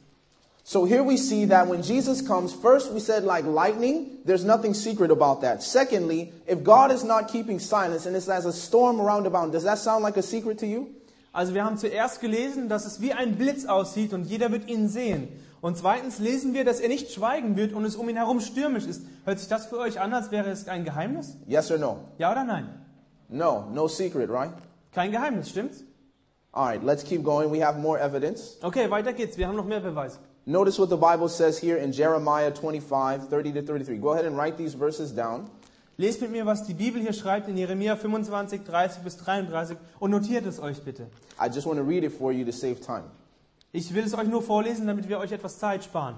[SPEAKER 1] So here we see that when Jesus comes, first we said like lightning, there's nothing secret about that. Secondly, if God is not keeping silence and it's as a storm around about, him, does that sound like a secret to you?
[SPEAKER 2] Also wir haben zuerst gelesen, dass es wie ein Blitz aussieht und jeder wird ihn sehen. Und zweitens lesen wir, dass er nicht schweigen wird und es um ihn herum stürmisch ist. Hört sich das für euch an, als wäre es ein Geheimnis?
[SPEAKER 1] Yes or no?
[SPEAKER 2] Ja oder nein?
[SPEAKER 1] No, no secret, right?
[SPEAKER 2] Kein Geheimnis, stimmt's?
[SPEAKER 1] All right, let's keep going. We have more evidence.
[SPEAKER 2] Okay, weiter geht's. Wir haben noch mehr Beweise.
[SPEAKER 1] Notice what the Bible says here in Jeremiah 25, 30 to 33. Go ahead and write these verses down.
[SPEAKER 2] Lest mit mir, was die Bibel hier schreibt in Jeremia 25, 30 bis 33 und notiert es euch bitte.
[SPEAKER 1] I just want to read it for you to save time.
[SPEAKER 2] Ich will es euch nur vorlesen, damit wir euch etwas Zeit sparen.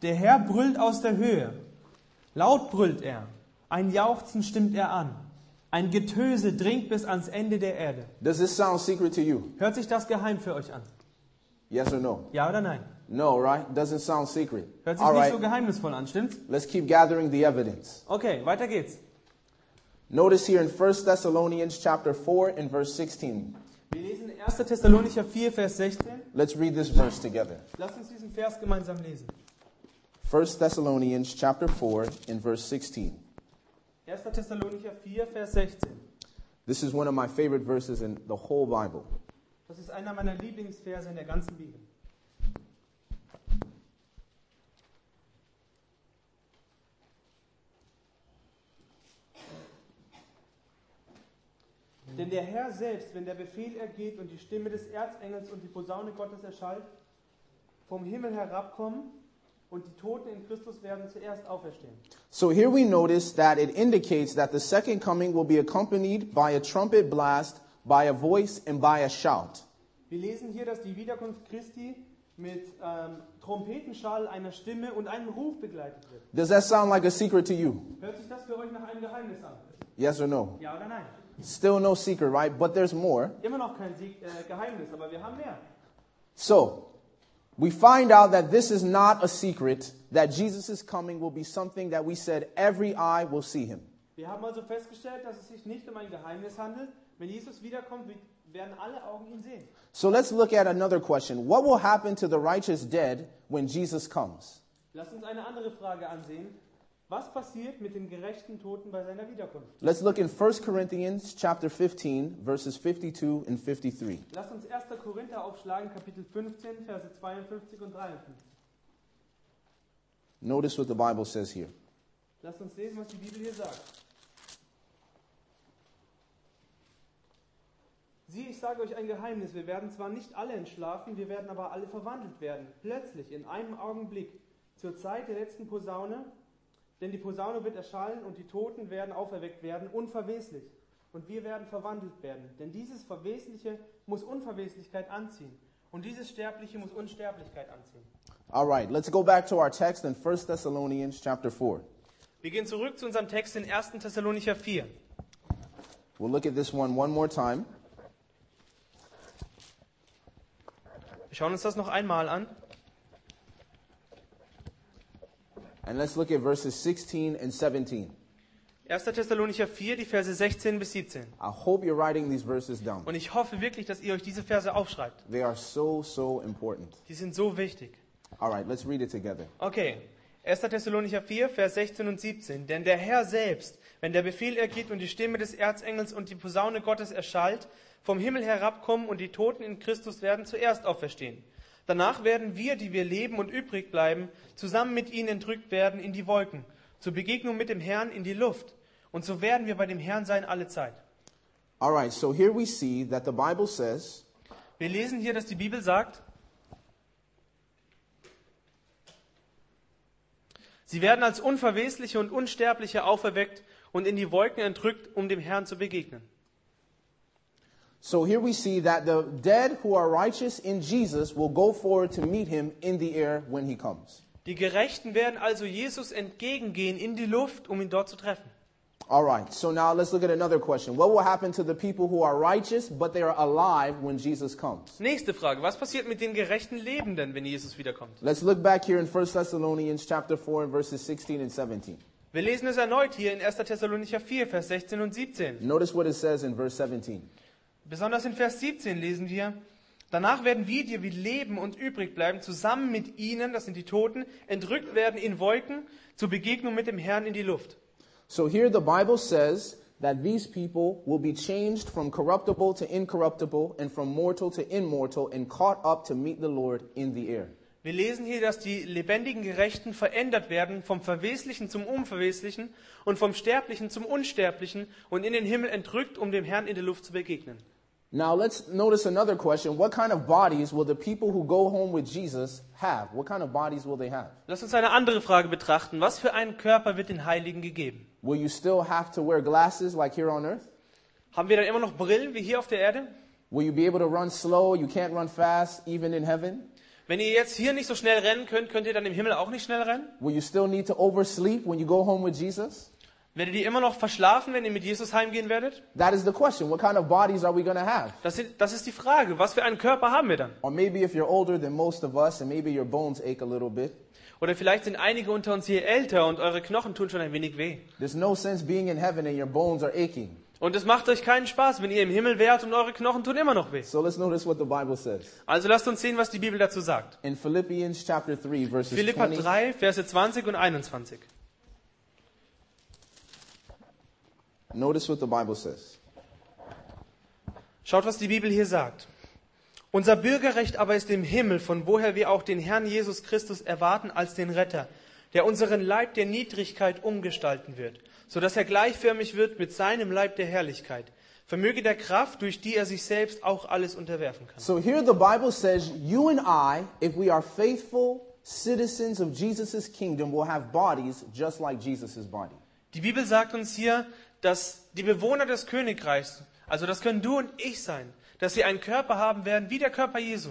[SPEAKER 2] Der Herr brüllt aus der Höhe. Laut brüllt er. Ein Jauchzen stimmt er an. Ein Getöse dringt bis ans Ende der Erde.
[SPEAKER 1] Does this sound secret to you?
[SPEAKER 2] Hört sich das geheim für euch an?
[SPEAKER 1] Yes or no?
[SPEAKER 2] Ja oder nein?
[SPEAKER 1] No, right? Doesn't sound secret.
[SPEAKER 2] Hört sich
[SPEAKER 1] All
[SPEAKER 2] nicht
[SPEAKER 1] right,
[SPEAKER 2] so geheimnisvoll an, stimmt's?
[SPEAKER 1] let's keep gathering the evidence.
[SPEAKER 2] Okay, weiter geht's.
[SPEAKER 1] Notice here in 1 Thessalonians chapter 4 and verse 16.
[SPEAKER 2] Wir lesen 1. Thessalonicher 4, Vers 16.
[SPEAKER 1] Let's read this verse together.
[SPEAKER 2] Lasst uns diesen Vers gemeinsam lesen.
[SPEAKER 1] 1 Thessalonians chapter 4 and verse 16.
[SPEAKER 2] 1. Thessalonicher 4, Vers 16.
[SPEAKER 1] This is one of my favorite verses in the whole Bible.
[SPEAKER 2] Das ist einer meiner Lieblingsverse in der ganzen Bibel. Denn der Herr selbst, wenn der Befehl ergeht und die Stimme des Erzengels und die Posaune Gottes erschallt, vom Himmel herabkommen und die Toten in Christus werden zuerst auferstehen.
[SPEAKER 1] So here we notice that it indicates that the second coming will be accompanied by a trumpet blast, by a voice, and by a shout.
[SPEAKER 2] Wir lesen hier, dass die Wiederkunft Christi mit ähm, Trompetenschall, einer Stimme und einem Ruf begleitet wird.
[SPEAKER 1] Does that sound like a secret to you?
[SPEAKER 2] Hört sich das für euch nach einem Geheimnis an?
[SPEAKER 1] Yes or no?
[SPEAKER 2] Ja oder nein?
[SPEAKER 1] Still no secret, right? But there's more.
[SPEAKER 2] Immer noch kein Sieg, äh, Geheimnis, aber wir haben mehr.
[SPEAKER 1] So, we find out that this is not a secret, that Jesus' coming will be something that we said every eye will see him.
[SPEAKER 2] Wir haben also festgestellt, dass es sich nicht um ein Geheimnis handelt. Wenn Jesus wiederkommt, wird- werden alle Augen ihn sehen.
[SPEAKER 1] So let's look at another question. What will happen to the righteous dead when Jesus comes?
[SPEAKER 2] Lasst uns eine andere Frage ansehen. Was passiert mit den gerechten Toten bei seiner Wiederkunft?
[SPEAKER 1] Let's look in 1 Corinthians chapter 15 verses 52 and 53.
[SPEAKER 2] Lasst uns 1. Korinther aufschlagen, Kapitel 15, Verse 52 und 53.
[SPEAKER 1] Notice what the Bible says here.
[SPEAKER 2] Lasst uns lesen, was die Bibel hier sagt. Sieh, ich sage euch ein Geheimnis. Wir werden zwar nicht alle entschlafen, wir werden aber alle verwandelt werden. Plötzlich, in einem Augenblick, zur Zeit der letzten Posaune. Denn die Posaune wird erschallen und die Toten werden auferweckt werden, unverweslich. Und wir werden verwandelt werden. Denn dieses Verwesliche muss Unverweslichkeit anziehen. Und dieses Sterbliche muss Unsterblichkeit anziehen.
[SPEAKER 1] All right, let's go back to our text in 1 Thessalonians chapter 4.
[SPEAKER 2] Wir gehen zurück zu unserem Text in 1. Thessalonicher 4.
[SPEAKER 1] We'll look at this one one more time.
[SPEAKER 2] Wir schauen uns das noch einmal an.
[SPEAKER 1] And let's look at verses 16 and 17.
[SPEAKER 2] 1. Thessalonicher 4, die Verse 16 bis 17.
[SPEAKER 1] I hope you're writing these verses down.
[SPEAKER 2] Und ich hoffe wirklich, dass ihr euch diese Verse aufschreibt.
[SPEAKER 1] They are so, so important.
[SPEAKER 2] Die sind so wichtig.
[SPEAKER 1] All right, let's read it together.
[SPEAKER 2] Okay. 1. Thessalonicher 4, Vers 16 und 17. Denn der Herr selbst, wenn der Befehl ergeht und die Stimme des Erzengels und die Posaune Gottes erschallt, vom Himmel herabkommen und die Toten in Christus werden zuerst auferstehen. Danach werden wir, die wir leben und übrig bleiben, zusammen mit ihnen entrückt werden in die Wolken, zur Begegnung mit dem Herrn in die Luft. Und so werden wir bei dem Herrn sein alle Zeit.
[SPEAKER 1] All right, so here we see that the Bible says
[SPEAKER 2] Wir lesen hier, dass die Bibel sagt, sie werden als Unverwesliche und Unsterbliche auferweckt und in die Wolken entrückt, um dem Herrn zu begegnen.
[SPEAKER 1] So here we see that the dead who are righteous in Jesus will go forward to meet him in the air when he comes.
[SPEAKER 2] Die Gerechten werden also Jesus entgegengehen in die Luft, um ihn dort zu treffen.
[SPEAKER 1] All right, so now let's look at another question. What will happen to the people who are righteous but they are alive when Jesus comes?
[SPEAKER 2] Nächste Frage, was passiert mit den gerechten Lebenden, wenn Jesus wiederkommt?
[SPEAKER 1] Let's look back here in 1 Thessalonians chapter 4 and verses 16 and 17.
[SPEAKER 2] Wir lesen es erneut hier in 1. Thessalonicher 4, Vers 16 und 17.
[SPEAKER 1] Notice what it says in verse 17.
[SPEAKER 2] Besonders in Vers 17 lesen wir, danach werden wir, die wir leben und übrig bleiben, zusammen mit ihnen, das sind die Toten, entrückt werden in Wolken zur Begegnung mit dem Herrn in die Luft.
[SPEAKER 1] So here the Bible says that these people will be changed from corruptible to incorruptible and from mortal to immortal and caught up to meet the Lord in the air.
[SPEAKER 2] Wir lesen hier, dass die lebendigen Gerechten verändert werden vom Verweslichen zum Unverweslichen und vom Sterblichen zum Unsterblichen und in den Himmel entrückt, um dem Herrn in der Luft zu begegnen.
[SPEAKER 1] Now let's notice another question. What kind of bodies will the people who go home with Jesus have? What kind of bodies will they have?
[SPEAKER 2] Lass uns eine andere Frage betrachten. Was für einen Körper wird den Heiligen gegeben?
[SPEAKER 1] Will you still have to wear glasses like here on earth?
[SPEAKER 2] Haben wir dann immer noch Brillen wie hier auf der Erde?
[SPEAKER 1] Will you be able to run slow? You can't run fast even in heaven?
[SPEAKER 2] Wenn ihr jetzt hier nicht so schnell rennen könnt, könnt ihr dann im Himmel auch nicht schnell rennen?
[SPEAKER 1] Will you still need to oversleep when you go home with Jesus?
[SPEAKER 2] Werdet ihr immer noch verschlafen, wenn ihr mit Jesus heimgehen werdet?
[SPEAKER 1] That is the question. What kind of bodies are we going to have?
[SPEAKER 2] Das, sind, das ist die Frage. Was für einen Körper haben wir dann?
[SPEAKER 1] Or maybe if you're older than most of us and maybe your bones ache a little bit,
[SPEAKER 2] Oder vielleicht sind einige unter uns hier älter und eure Knochen tun schon ein wenig weh.
[SPEAKER 1] there's no sense being in heaven and your bones are aching.
[SPEAKER 2] Und es macht euch keinen Spaß, wenn ihr im Himmel wärt und eure Knochen tun immer noch weh.
[SPEAKER 1] So let's notice what the Bible says.
[SPEAKER 2] Also lasst uns sehen, was die Bibel dazu sagt.
[SPEAKER 1] In Philippians chapter 3 verses
[SPEAKER 2] Philippa
[SPEAKER 1] 20
[SPEAKER 2] 3, Verse 20 und 21.
[SPEAKER 1] Notice what the Bible says.
[SPEAKER 2] Schaut, was die Bibel hier sagt. Unser Bürgerrecht aber ist im Himmel, von woher wir auch den Herrn Jesus Christus erwarten als den Retter, der unseren Leib der Niedrigkeit umgestalten wird, so dass er gleichförmig wird mit seinem Leib der Herrlichkeit, vermöge der Kraft, durch die er sich selbst auch alles unterwerfen kann.
[SPEAKER 1] So here the Bible says, you and I, if we are faithful citizens of Jesus' kingdom, will have bodies just like Jesus' body.
[SPEAKER 2] Die Bibel sagt uns hier, dass die Bewohner des Königreichs, also das können du und ich sein, dass sie einen Körper haben werden wie der Körper Jesu.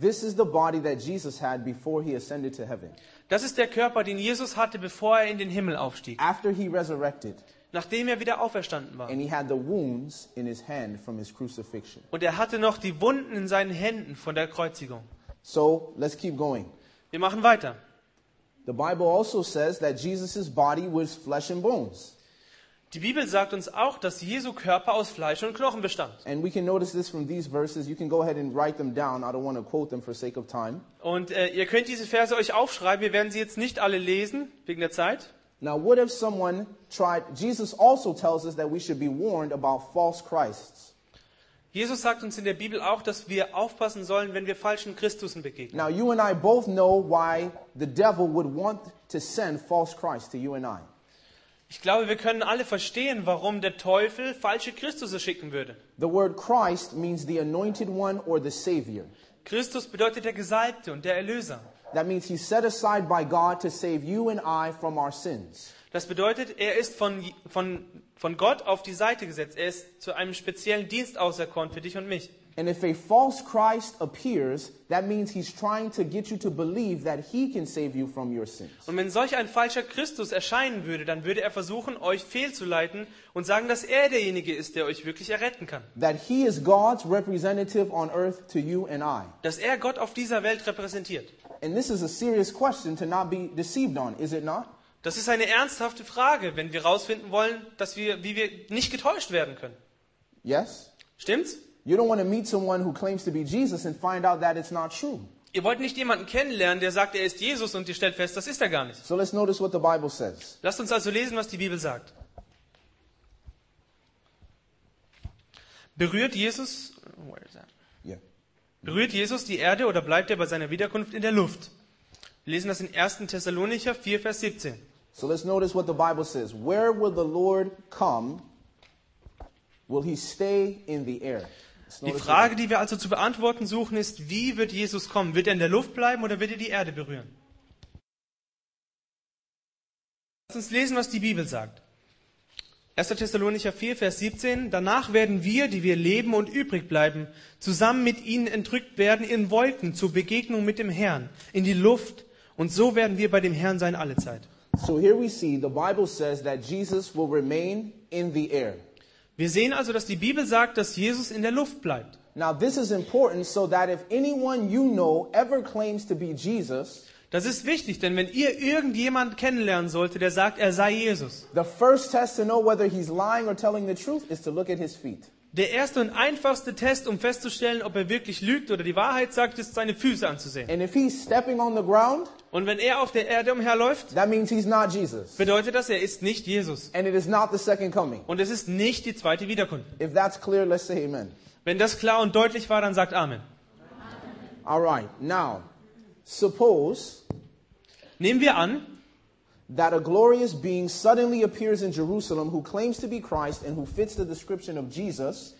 [SPEAKER 1] This is the body that Jesus had before he ascended to heaven,
[SPEAKER 2] Das ist der Körper, den Jesus hatte, bevor er in den Himmel aufstieg,
[SPEAKER 1] after he resurrected,
[SPEAKER 2] nachdem er wieder auferstanden war.
[SPEAKER 1] and he had the wounds in his hand from his crucifixion.
[SPEAKER 2] Und er hatte noch die Wunden in seinen Händen von der Kreuzigung.
[SPEAKER 1] So let's keep going.
[SPEAKER 2] Wir machen weiter.
[SPEAKER 1] The Bible also says that Jesus' body was flesh and bones.
[SPEAKER 2] Die Bibel sagt uns auch, dass Jesu Körper aus Fleisch und Knochen bestand.
[SPEAKER 1] And we can notice this from these verses. You can go ahead and write them down. I don't want to quote them for sake of time.
[SPEAKER 2] Und äh, ihr könnt diese Verse euch aufschreiben. Wir werden sie jetzt nicht alle lesen, wegen der Zeit.
[SPEAKER 1] Now, what if someone tried? Jesus also tells us that we should be warned about false Christs.
[SPEAKER 2] Jesus sagt uns in der Bibel auch, dass wir aufpassen sollen, wenn wir falschen Christusen begegnen.
[SPEAKER 1] Now, you and I both know why the devil would want to send false Christ to you and I.
[SPEAKER 2] Ich glaube, wir können alle verstehen, warum der Teufel falsche Christusse schicken würde.
[SPEAKER 1] The word Christ means the anointed one or the Savior.
[SPEAKER 2] Christus bedeutet der Gesalbte und der Erlöser.
[SPEAKER 1] That means he's set aside by God to save you and I from our sins.
[SPEAKER 2] Das bedeutet, er ist von, von, von Gott auf die Seite gesetzt. Er ist zu einem speziellen Dienst auserkoren für dich und mich.
[SPEAKER 1] And if a false Christ appears, that means he's trying to get you to believe that he can save you from your sins.
[SPEAKER 2] Und wenn solch ein falscher Christus erscheinen würde, dann würde er versuchen, euch fehlzuleiten und sagen, dass er derjenige ist, der euch wirklich erretten kann.
[SPEAKER 1] That he is God's representative on earth to you and I.
[SPEAKER 2] Dass er Gott auf dieser Welt repräsentiert.
[SPEAKER 1] And this is a serious question to not be deceived on, is it not?
[SPEAKER 2] Das ist eine ernsthafte Frage, wenn wir herausfinden wollen, dass wir, wie wir nicht getäuscht werden können.
[SPEAKER 1] Yes?
[SPEAKER 2] Stimmt's?
[SPEAKER 1] You don't want to meet someone who claims to be Jesus and find out that it's not true.
[SPEAKER 2] Ihr wollt nicht jemanden kennenlernen, der sagt, er ist Jesus und ihr stellt fest, das ist er gar nicht.
[SPEAKER 1] So let's notice what the Bible says.
[SPEAKER 2] Lasst uns also lesen, was die Bibel sagt. Berührt Jesus, where is that?
[SPEAKER 1] Yeah.
[SPEAKER 2] berührt Jesus die Erde oder bleibt er bei seiner Wiederkunft in der Luft? Wir lesen das in 1. Thessalonicher 4, Vers 17.
[SPEAKER 1] So let's notice what the Bible says. Where will the Lord come? Will he stay in the air? Let's
[SPEAKER 2] Die
[SPEAKER 1] notice what-
[SPEAKER 2] Frage, die wir also zu beantworten suchen, ist, wie wird Jesus kommen? Wird er in der Luft bleiben oder wird er die Erde berühren? Lass uns lesen, was die Bibel sagt. 1. Thessalonicher 4, Vers 17. Danach werden wir, die wir leben und übrig bleiben, zusammen mit ihnen entrückt werden in Wolken zur Begegnung mit dem Herrn, in die Luft. Und so werden wir bei dem Herrn sein allezeit.
[SPEAKER 1] So here we see the Bible says that Jesus will remain in the air.
[SPEAKER 2] Wir sehen also, dass die Bibel sagt, dass Jesus in der Luft bleibt.
[SPEAKER 1] Now, this is important so that if anyone you know ever claims to be Jesus,
[SPEAKER 2] Das ist wichtig, denn wenn ihr irgendjemand kennenlernen sollte, der sagt, er sei Jesus,
[SPEAKER 1] the first test to know whether he's lying or telling the truth is to look at his feet.
[SPEAKER 2] der erste und einfachste Test, um festzustellen, ob er wirklich lügt oder die Wahrheit sagt, ist seine Füße anzusehen.
[SPEAKER 1] And if he's stepping on the ground,
[SPEAKER 2] Und wenn er auf der Erde umherläuft,
[SPEAKER 1] that means he's not Jesus.
[SPEAKER 2] bedeutet das, er ist nicht Jesus.
[SPEAKER 1] And it is not the second coming.
[SPEAKER 2] Und es ist nicht die zweite Wiederkunft.
[SPEAKER 1] If that's clear, let's say amen.
[SPEAKER 2] Wenn das klar und deutlich war, dann sagt Amen.
[SPEAKER 1] All right. Now, suppose
[SPEAKER 2] Nehmen wir an,
[SPEAKER 1] that a glorious being suddenly appears in Jerusalem who claims to be Christ and who fits the description of Jesus.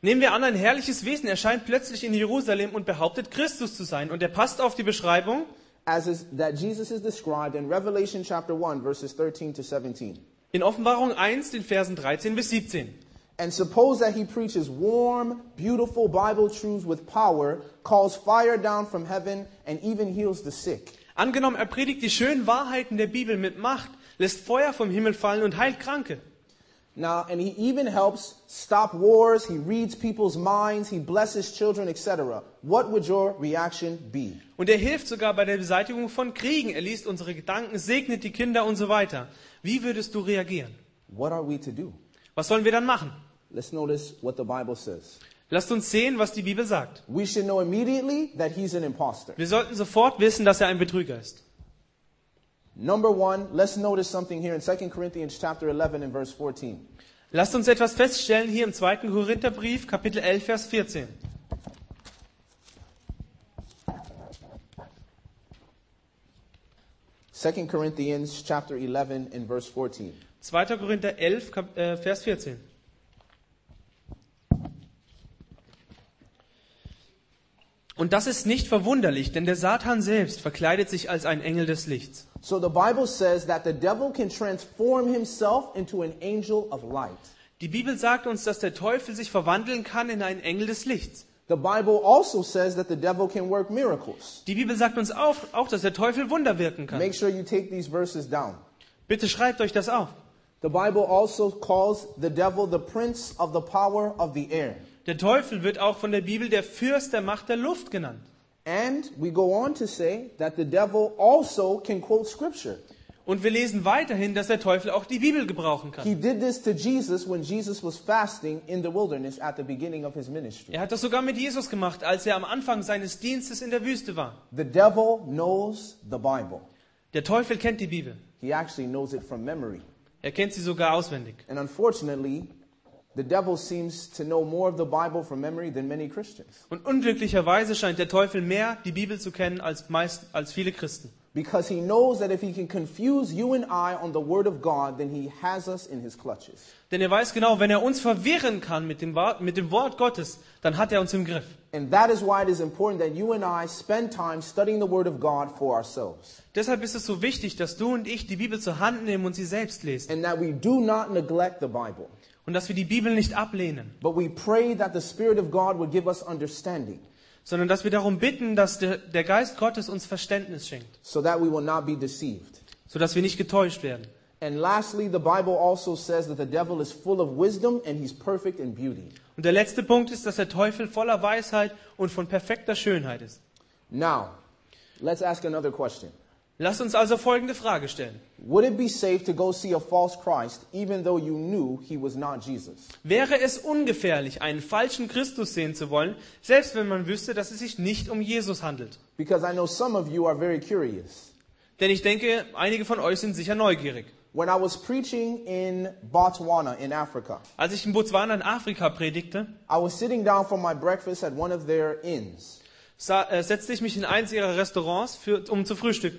[SPEAKER 2] nehmen wir an, ein herrliches Wesen erscheint plötzlich in Jerusalem und behauptet, Christus zu sein. Und er passt auf die Beschreibung,
[SPEAKER 1] as is that Jesus is described in Revelation chapter 1 verses 13 to 17.
[SPEAKER 2] In Offenbarung 1, den Versen 13 bis 17.
[SPEAKER 1] And suppose that he preaches warm, beautiful Bible truths with power, calls fire down from heaven, and even heals the sick.
[SPEAKER 2] Angenommen, er predigt die schönen Wahrheiten der Bibel mit Macht, lässt Feuer vom Himmel fallen und heilt Kranke.
[SPEAKER 1] Now, and he even helps stop wars, he reads people's minds, he blesses children, etc. What would your reaction be?
[SPEAKER 2] Und er hilft sogar bei der Beseitigung von Kriegen. Er liest unsere Gedanken, segnet die Kinder und so weiter. Wie würdest du reagieren?
[SPEAKER 1] What are we to do?
[SPEAKER 2] Was sollen wir dann machen?
[SPEAKER 1] Let's notice what the Bible says.
[SPEAKER 2] Lasst uns sehen, was die Bibel sagt.
[SPEAKER 1] We should know immediately that he's an imposter.
[SPEAKER 2] Wir sollten sofort wissen, dass er ein Betrüger ist.
[SPEAKER 1] Number 1, let's notice something here in 2 Corinthians chapter 11 and verse 14.
[SPEAKER 2] Lasst uns etwas feststellen hier im 2. Korintherbrief, Kapitel 11, Vers 14.
[SPEAKER 1] Second Corinthians chapter 11 and verse 14.
[SPEAKER 2] 2. Korinther 11, Kap- äh, Vers 14. Und das ist nicht verwunderlich, denn der Satan selbst verkleidet sich als ein Engel des Lichts.
[SPEAKER 1] So the Bible says that the devil can transform himself into an angel of light.
[SPEAKER 2] Die Bibel sagt uns, dass der Teufel sich verwandeln kann in einen Engel des Lichts.
[SPEAKER 1] The Bible also says that the devil can work miracles.
[SPEAKER 2] Die Bibel sagt uns auch, auch dass der Teufel Wunder wirken kann.
[SPEAKER 1] Make sure you take these verses down.
[SPEAKER 2] Bitte schreibt euch das auf.
[SPEAKER 1] The Bible also calls the devil the prince of the power of the air.
[SPEAKER 2] Der Teufel wird auch von der Bibel der Fürst der Macht der Luft genannt.
[SPEAKER 1] And we go on to say that the devil also can quote scripture.
[SPEAKER 2] Und wir lesen weiterhin, dass der Teufel auch die Bibel gebrauchen kann.
[SPEAKER 1] He did this to Jesus when Jesus was fasting in the wilderness at the beginning of his ministry.
[SPEAKER 2] Er hat das sogar mit Jesus gemacht, als er am Anfang seines Dienstes in der Wüste war.
[SPEAKER 1] The devil knows the Bible.
[SPEAKER 2] Der Teufel kennt die Bibel.
[SPEAKER 1] He actually knows it from memory.
[SPEAKER 2] Er kennt sie sogar auswendig.
[SPEAKER 1] And unfortunately, the devil seems to know more of the Bible from memory than many Christians
[SPEAKER 2] Und unglücklicherweise scheint der Teufel mehr die Bibel zu kennen als, meist, als viele Christen.
[SPEAKER 1] because he knows that if he can confuse you and I on the Word of God, then he has us in his clutches.
[SPEAKER 2] Denn er weiß genau, wenn er uns verwirren kann mit dem, Wa- mit dem Wort Gottes, dann hat er uns im Griff.
[SPEAKER 1] And that is why it is important that you and I spend time studying the Word of God for ourselves
[SPEAKER 2] Deshalb ist es so wichtig, dass du und ich die Bibel zur Hand nehmen und sie selbst lesen.
[SPEAKER 1] and that we do not neglect the Bible,
[SPEAKER 2] Und dass wir die Bibel nicht ablehnen,
[SPEAKER 1] but we pray that the Spirit of God would give us understanding
[SPEAKER 2] sondern dass wir darum bitten, dass der, der Geist Gottes uns Verständnis schenkt,
[SPEAKER 1] so that we will not be deceived.
[SPEAKER 2] sodass wir nicht getäuscht werden.
[SPEAKER 1] And lastly, the Bible also says that the devil is full of wisdom and he's perfect in beauty.
[SPEAKER 2] Und der letzte Punkt ist, dass der Teufel voller Weisheit und von perfekter Schönheit ist.
[SPEAKER 1] Now, Let's ask another question.
[SPEAKER 2] Lasst uns also folgende Frage stellen.
[SPEAKER 1] Would it be safe to go see a false Christ even though you knew he was not Jesus?
[SPEAKER 2] Wäre es ungefährlich, einen falschen Christus sehen zu wollen, selbst wenn man wüsste, dass es sich nicht um Jesus handelt?
[SPEAKER 1] Because I know some of you are very curious.
[SPEAKER 2] Denn ich denke, einige von euch sind sicher neugierig.
[SPEAKER 1] When I was preaching in Botswana in Africa,
[SPEAKER 2] Als ich in Botswana in Afrika predigte,
[SPEAKER 1] I was sitting down for my breakfast at one of their inns,
[SPEAKER 2] sa- äh, setzte ich mich in eins ihrer Restaurants, für, um zu frühstücken.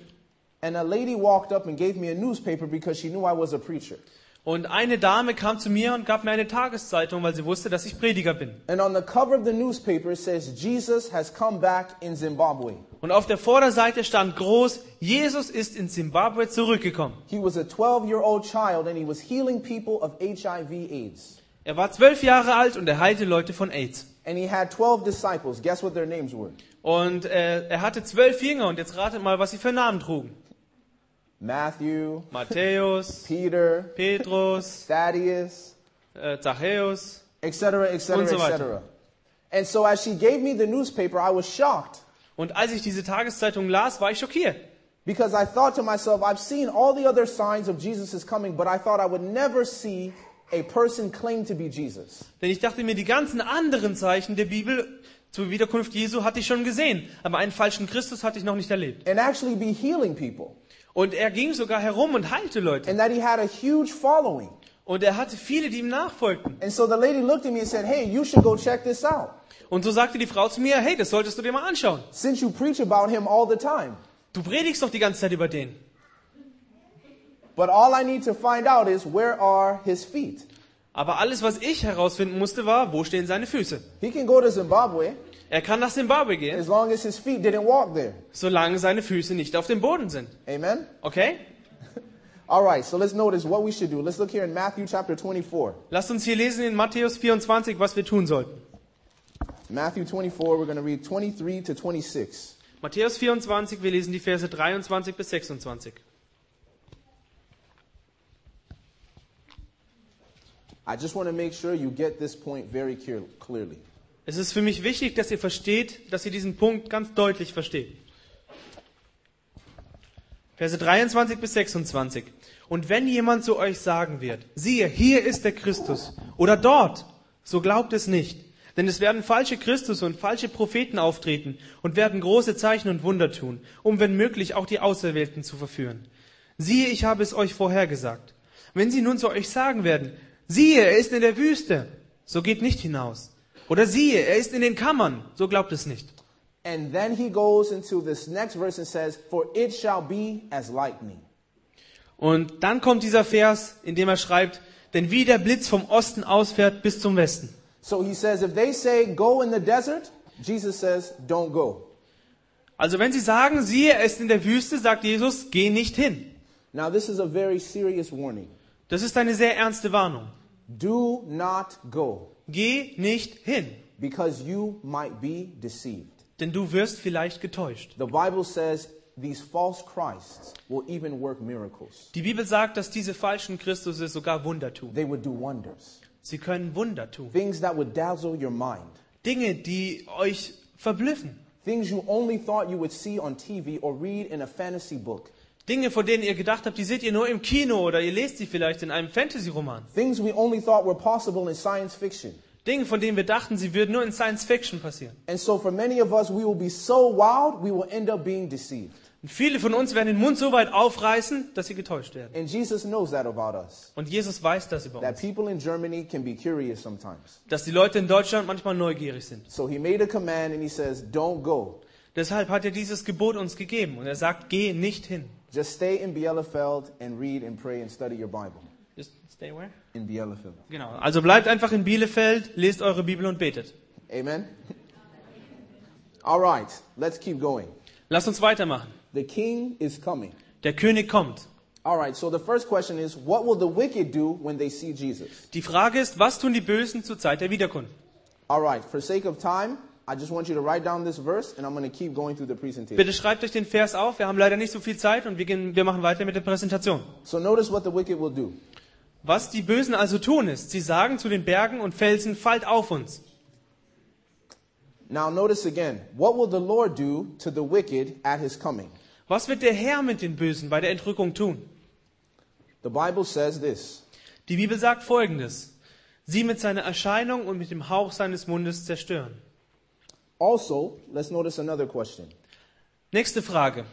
[SPEAKER 1] and a lady walked up and gave me a newspaper because she knew I was a preacher.
[SPEAKER 2] Und eine Dame kam zu mir und gab mir eine Tageszeitung, weil sie wusste, dass ich Prediger bin.
[SPEAKER 1] And on the cover of the newspaper it says, Jesus has come back in Zimbabwe.
[SPEAKER 2] Und auf der Vorderseite stand groß, Jesus ist in Zimbabwe zurückgekommen.
[SPEAKER 1] He was a 12 year old child and he was healing people of HIV AIDS.
[SPEAKER 2] Er war zwölf Jahre alt und er heilte Leute von AIDS.
[SPEAKER 1] And he had 12 disciples. Guess what their names were?
[SPEAKER 2] Und äh, er hatte zwölf Jünger und jetzt ratet mal, was sie für Namen trugen.
[SPEAKER 1] Matthew,
[SPEAKER 2] Matthäus,
[SPEAKER 1] Peter,
[SPEAKER 2] Petrus,
[SPEAKER 1] Thaddeus,
[SPEAKER 2] äh, Zachäus.
[SPEAKER 1] etc., etc.,
[SPEAKER 2] Und so weiter.
[SPEAKER 1] etc. And so as she gave me the newspaper, I was shocked
[SPEAKER 2] Und als ich diese Tageszeitung las, war ich schockiert.
[SPEAKER 1] because I thought to myself, I've seen all the other signs of Jesus is coming, but I thought I would never see a person claim to be Jesus.
[SPEAKER 2] Denn ich dachte mir, die ganzen anderen Zeichen der Bibel zur Wiederkunft Jesu hatte ich schon gesehen. Aber einen falschen Christus hatte ich noch nicht erlebt.
[SPEAKER 1] and actually be healing people.
[SPEAKER 2] Und er ging sogar herum und heilte Leute.
[SPEAKER 1] And that he had a huge following.
[SPEAKER 2] Und er hatte viele, die ihm nachfolgten.
[SPEAKER 1] And so the lady looked at me and said, Hey, you should go check this out
[SPEAKER 2] Und so sagte die Frau zu mir, hey, das solltest du dir mal anschauen.
[SPEAKER 1] since you preach about him all the time.
[SPEAKER 2] Du predigst doch die ganze Zeit über den.
[SPEAKER 1] But all I need to find out is where are his feet?
[SPEAKER 2] Aber alles, was ich herausfinden musste, war, wo stehen seine Füße?
[SPEAKER 1] He can go to Zimbabwe
[SPEAKER 2] Er kann nach Simbabwe gehen,
[SPEAKER 1] as long as his feet didn't walk there.
[SPEAKER 2] solange seine Füße nicht auf dem Boden sind.
[SPEAKER 1] Amen?
[SPEAKER 2] Okay?
[SPEAKER 1] All right, so let's notice what we should do. Let's look here in Matthew chapter 24.
[SPEAKER 2] Lasst uns hier lesen in Matthäus 24, was wir tun sollten.
[SPEAKER 1] Matthew 24, we're going to read 23 to 26.
[SPEAKER 2] Matthäus 24, wir lesen die Verse 23 bis 26.
[SPEAKER 1] I just want to make sure you get this point very clear- clearly.
[SPEAKER 2] Es ist für mich wichtig, dass ihr versteht, dass ihr diesen Punkt ganz deutlich versteht. Verse 23 bis 26. Und wenn jemand zu euch sagen wird, siehe, hier ist der Christus oder dort, so glaubt es nicht. Denn es werden falsche Christus und falsche Propheten auftreten und werden große Zeichen und Wunder tun, um wenn möglich auch die Auserwählten zu verführen. Siehe, ich habe es euch vorhergesagt. Wenn sie nun zu euch sagen werden, siehe, er ist in der Wüste, so geht nicht hinaus. Oder siehe, er ist in den Kammern, so glaubt es nicht.
[SPEAKER 1] And then he goes into this next verse and says, For it shall be as lightning.
[SPEAKER 2] Und dann kommt dieser Vers, in dem er schreibt, denn wie der Blitz vom Osten ausfährt bis zum Westen.
[SPEAKER 1] So he says, If they say, Go in the desert, Jesus says, Don't go.
[SPEAKER 2] Also wenn sie sagen, siehe, er ist in der Wüste, sagt Jesus, geh nicht hin.
[SPEAKER 1] Now, this is a very serious warning.
[SPEAKER 2] Das ist eine sehr ernste Warnung.
[SPEAKER 1] Do not go,
[SPEAKER 2] Geh nicht hin,
[SPEAKER 1] because you might be deceived.
[SPEAKER 2] denn du wirst vielleicht getäuscht.
[SPEAKER 1] The Bible says these false Christs will even work miracles,
[SPEAKER 2] Die Bibel sagt, dass diese falschen Christusse sogar Wunder tun.
[SPEAKER 1] they would do wonders,
[SPEAKER 2] Sie können Wunder tun.
[SPEAKER 1] things that would dazzle your mind,
[SPEAKER 2] Dinge, die euch verblüffen.
[SPEAKER 1] things you only thought you would see on TV or read in a fantasy book.
[SPEAKER 2] Dinge, von denen ihr gedacht habt, die seht ihr nur im Kino oder ihr lest sie vielleicht in einem Fantasy-Roman.
[SPEAKER 1] Things we only thought were possible in science fiction.
[SPEAKER 2] Dinge, von denen wir dachten, sie würden nur in Science-Fiction passieren.
[SPEAKER 1] And so for many of us, we will be so wild, we will end up being deceived.
[SPEAKER 2] Und viele von uns werden den Mund so weit aufreißen, dass sie getäuscht werden.
[SPEAKER 1] And Jesus knows that about us.
[SPEAKER 2] Und Jesus weiß das über
[SPEAKER 1] That
[SPEAKER 2] uns,
[SPEAKER 1] people in Germany can be curious sometimes.
[SPEAKER 2] dass die Leute in Deutschland manchmal neugierig sind.
[SPEAKER 1] So he made a command and he says, Don't go.
[SPEAKER 2] Deshalb hat er dieses Gebot uns gegeben und er sagt, geh nicht hin.
[SPEAKER 1] Just stay in Bielefeld and read and pray and study your Bible.
[SPEAKER 2] Just stay where?
[SPEAKER 1] In Bielefeld.
[SPEAKER 2] Genau. Also bleibt einfach in Bielefeld, lest eure Bibel und betet.
[SPEAKER 1] Amen? All right, let's keep going.
[SPEAKER 2] Lasst uns weitermachen.
[SPEAKER 1] The king is coming.
[SPEAKER 2] Der König kommt.
[SPEAKER 1] All right, so the first question is what will the wicked do when they see Jesus?
[SPEAKER 2] Die Frage ist, was tun die Bösen zur Zeit der Wiederkunft?
[SPEAKER 1] All right, for sake of time, I just want you to write down this verse and I'm going to keep going through the presentation.
[SPEAKER 2] Bitte schreibt euch den Vers auf. Wir haben leider nicht so viel Zeit und wir, gehen, wir machen weiter mit der Präsentation.
[SPEAKER 1] So notice what the wicked will do.
[SPEAKER 2] Was die Bösen also tun ist, sie sagen zu den Bergen und Felsen, fallt auf uns.
[SPEAKER 1] Now, notice again what will the Lord do to the wicked at his coming?
[SPEAKER 2] Was wird der Herr mit den Bösen bei der Entrückung tun?
[SPEAKER 1] The Bible says this
[SPEAKER 2] Die Bibel sagt folgendes. Sie mit seiner Erscheinung und mit dem Hauch seines Mundes zerstören.
[SPEAKER 1] Also, let's notice another question.
[SPEAKER 2] Nächste Frage.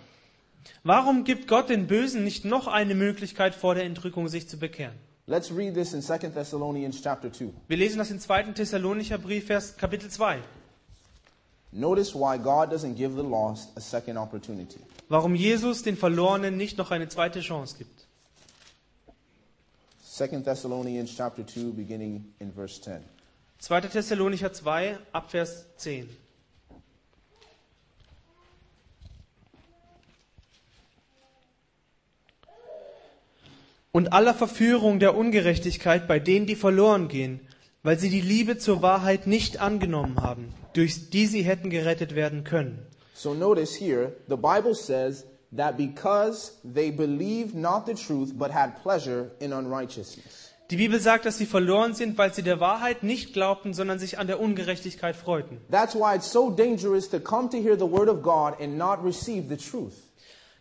[SPEAKER 2] Warum gibt Gott den Bösen nicht noch eine Möglichkeit vor der Entrückung sich zu bekehren?
[SPEAKER 1] Let's read this in 2 Thessalonians chapter 2.
[SPEAKER 2] Wir lesen das in 2. Thessalonicher Brief, Vers Kapitel 2.
[SPEAKER 1] Notice why God doesn't give the lost a second opportunity.
[SPEAKER 2] Warum Jesus den Verlorenen nicht noch eine zweite Chance gibt.
[SPEAKER 1] 2 Thessalonians chapter 2 beginning in verse 10.
[SPEAKER 2] 2. Thessalonicher 2, Abvers 10. Und aller Verführung der Ungerechtigkeit bei denen, die verloren gehen, weil sie die Liebe zur Wahrheit nicht angenommen haben, durch die sie hätten gerettet werden können.
[SPEAKER 1] So notice here, the Bible says that because they believed not the truth but had pleasure in unrighteousness.
[SPEAKER 2] Die Bibel sagt, dass sie verloren sind, weil sie der Wahrheit nicht glaubten, sondern sich an der Ungerechtigkeit freuten.
[SPEAKER 1] That's why it's so dangerous to come to hear the word of God and not receive the truth.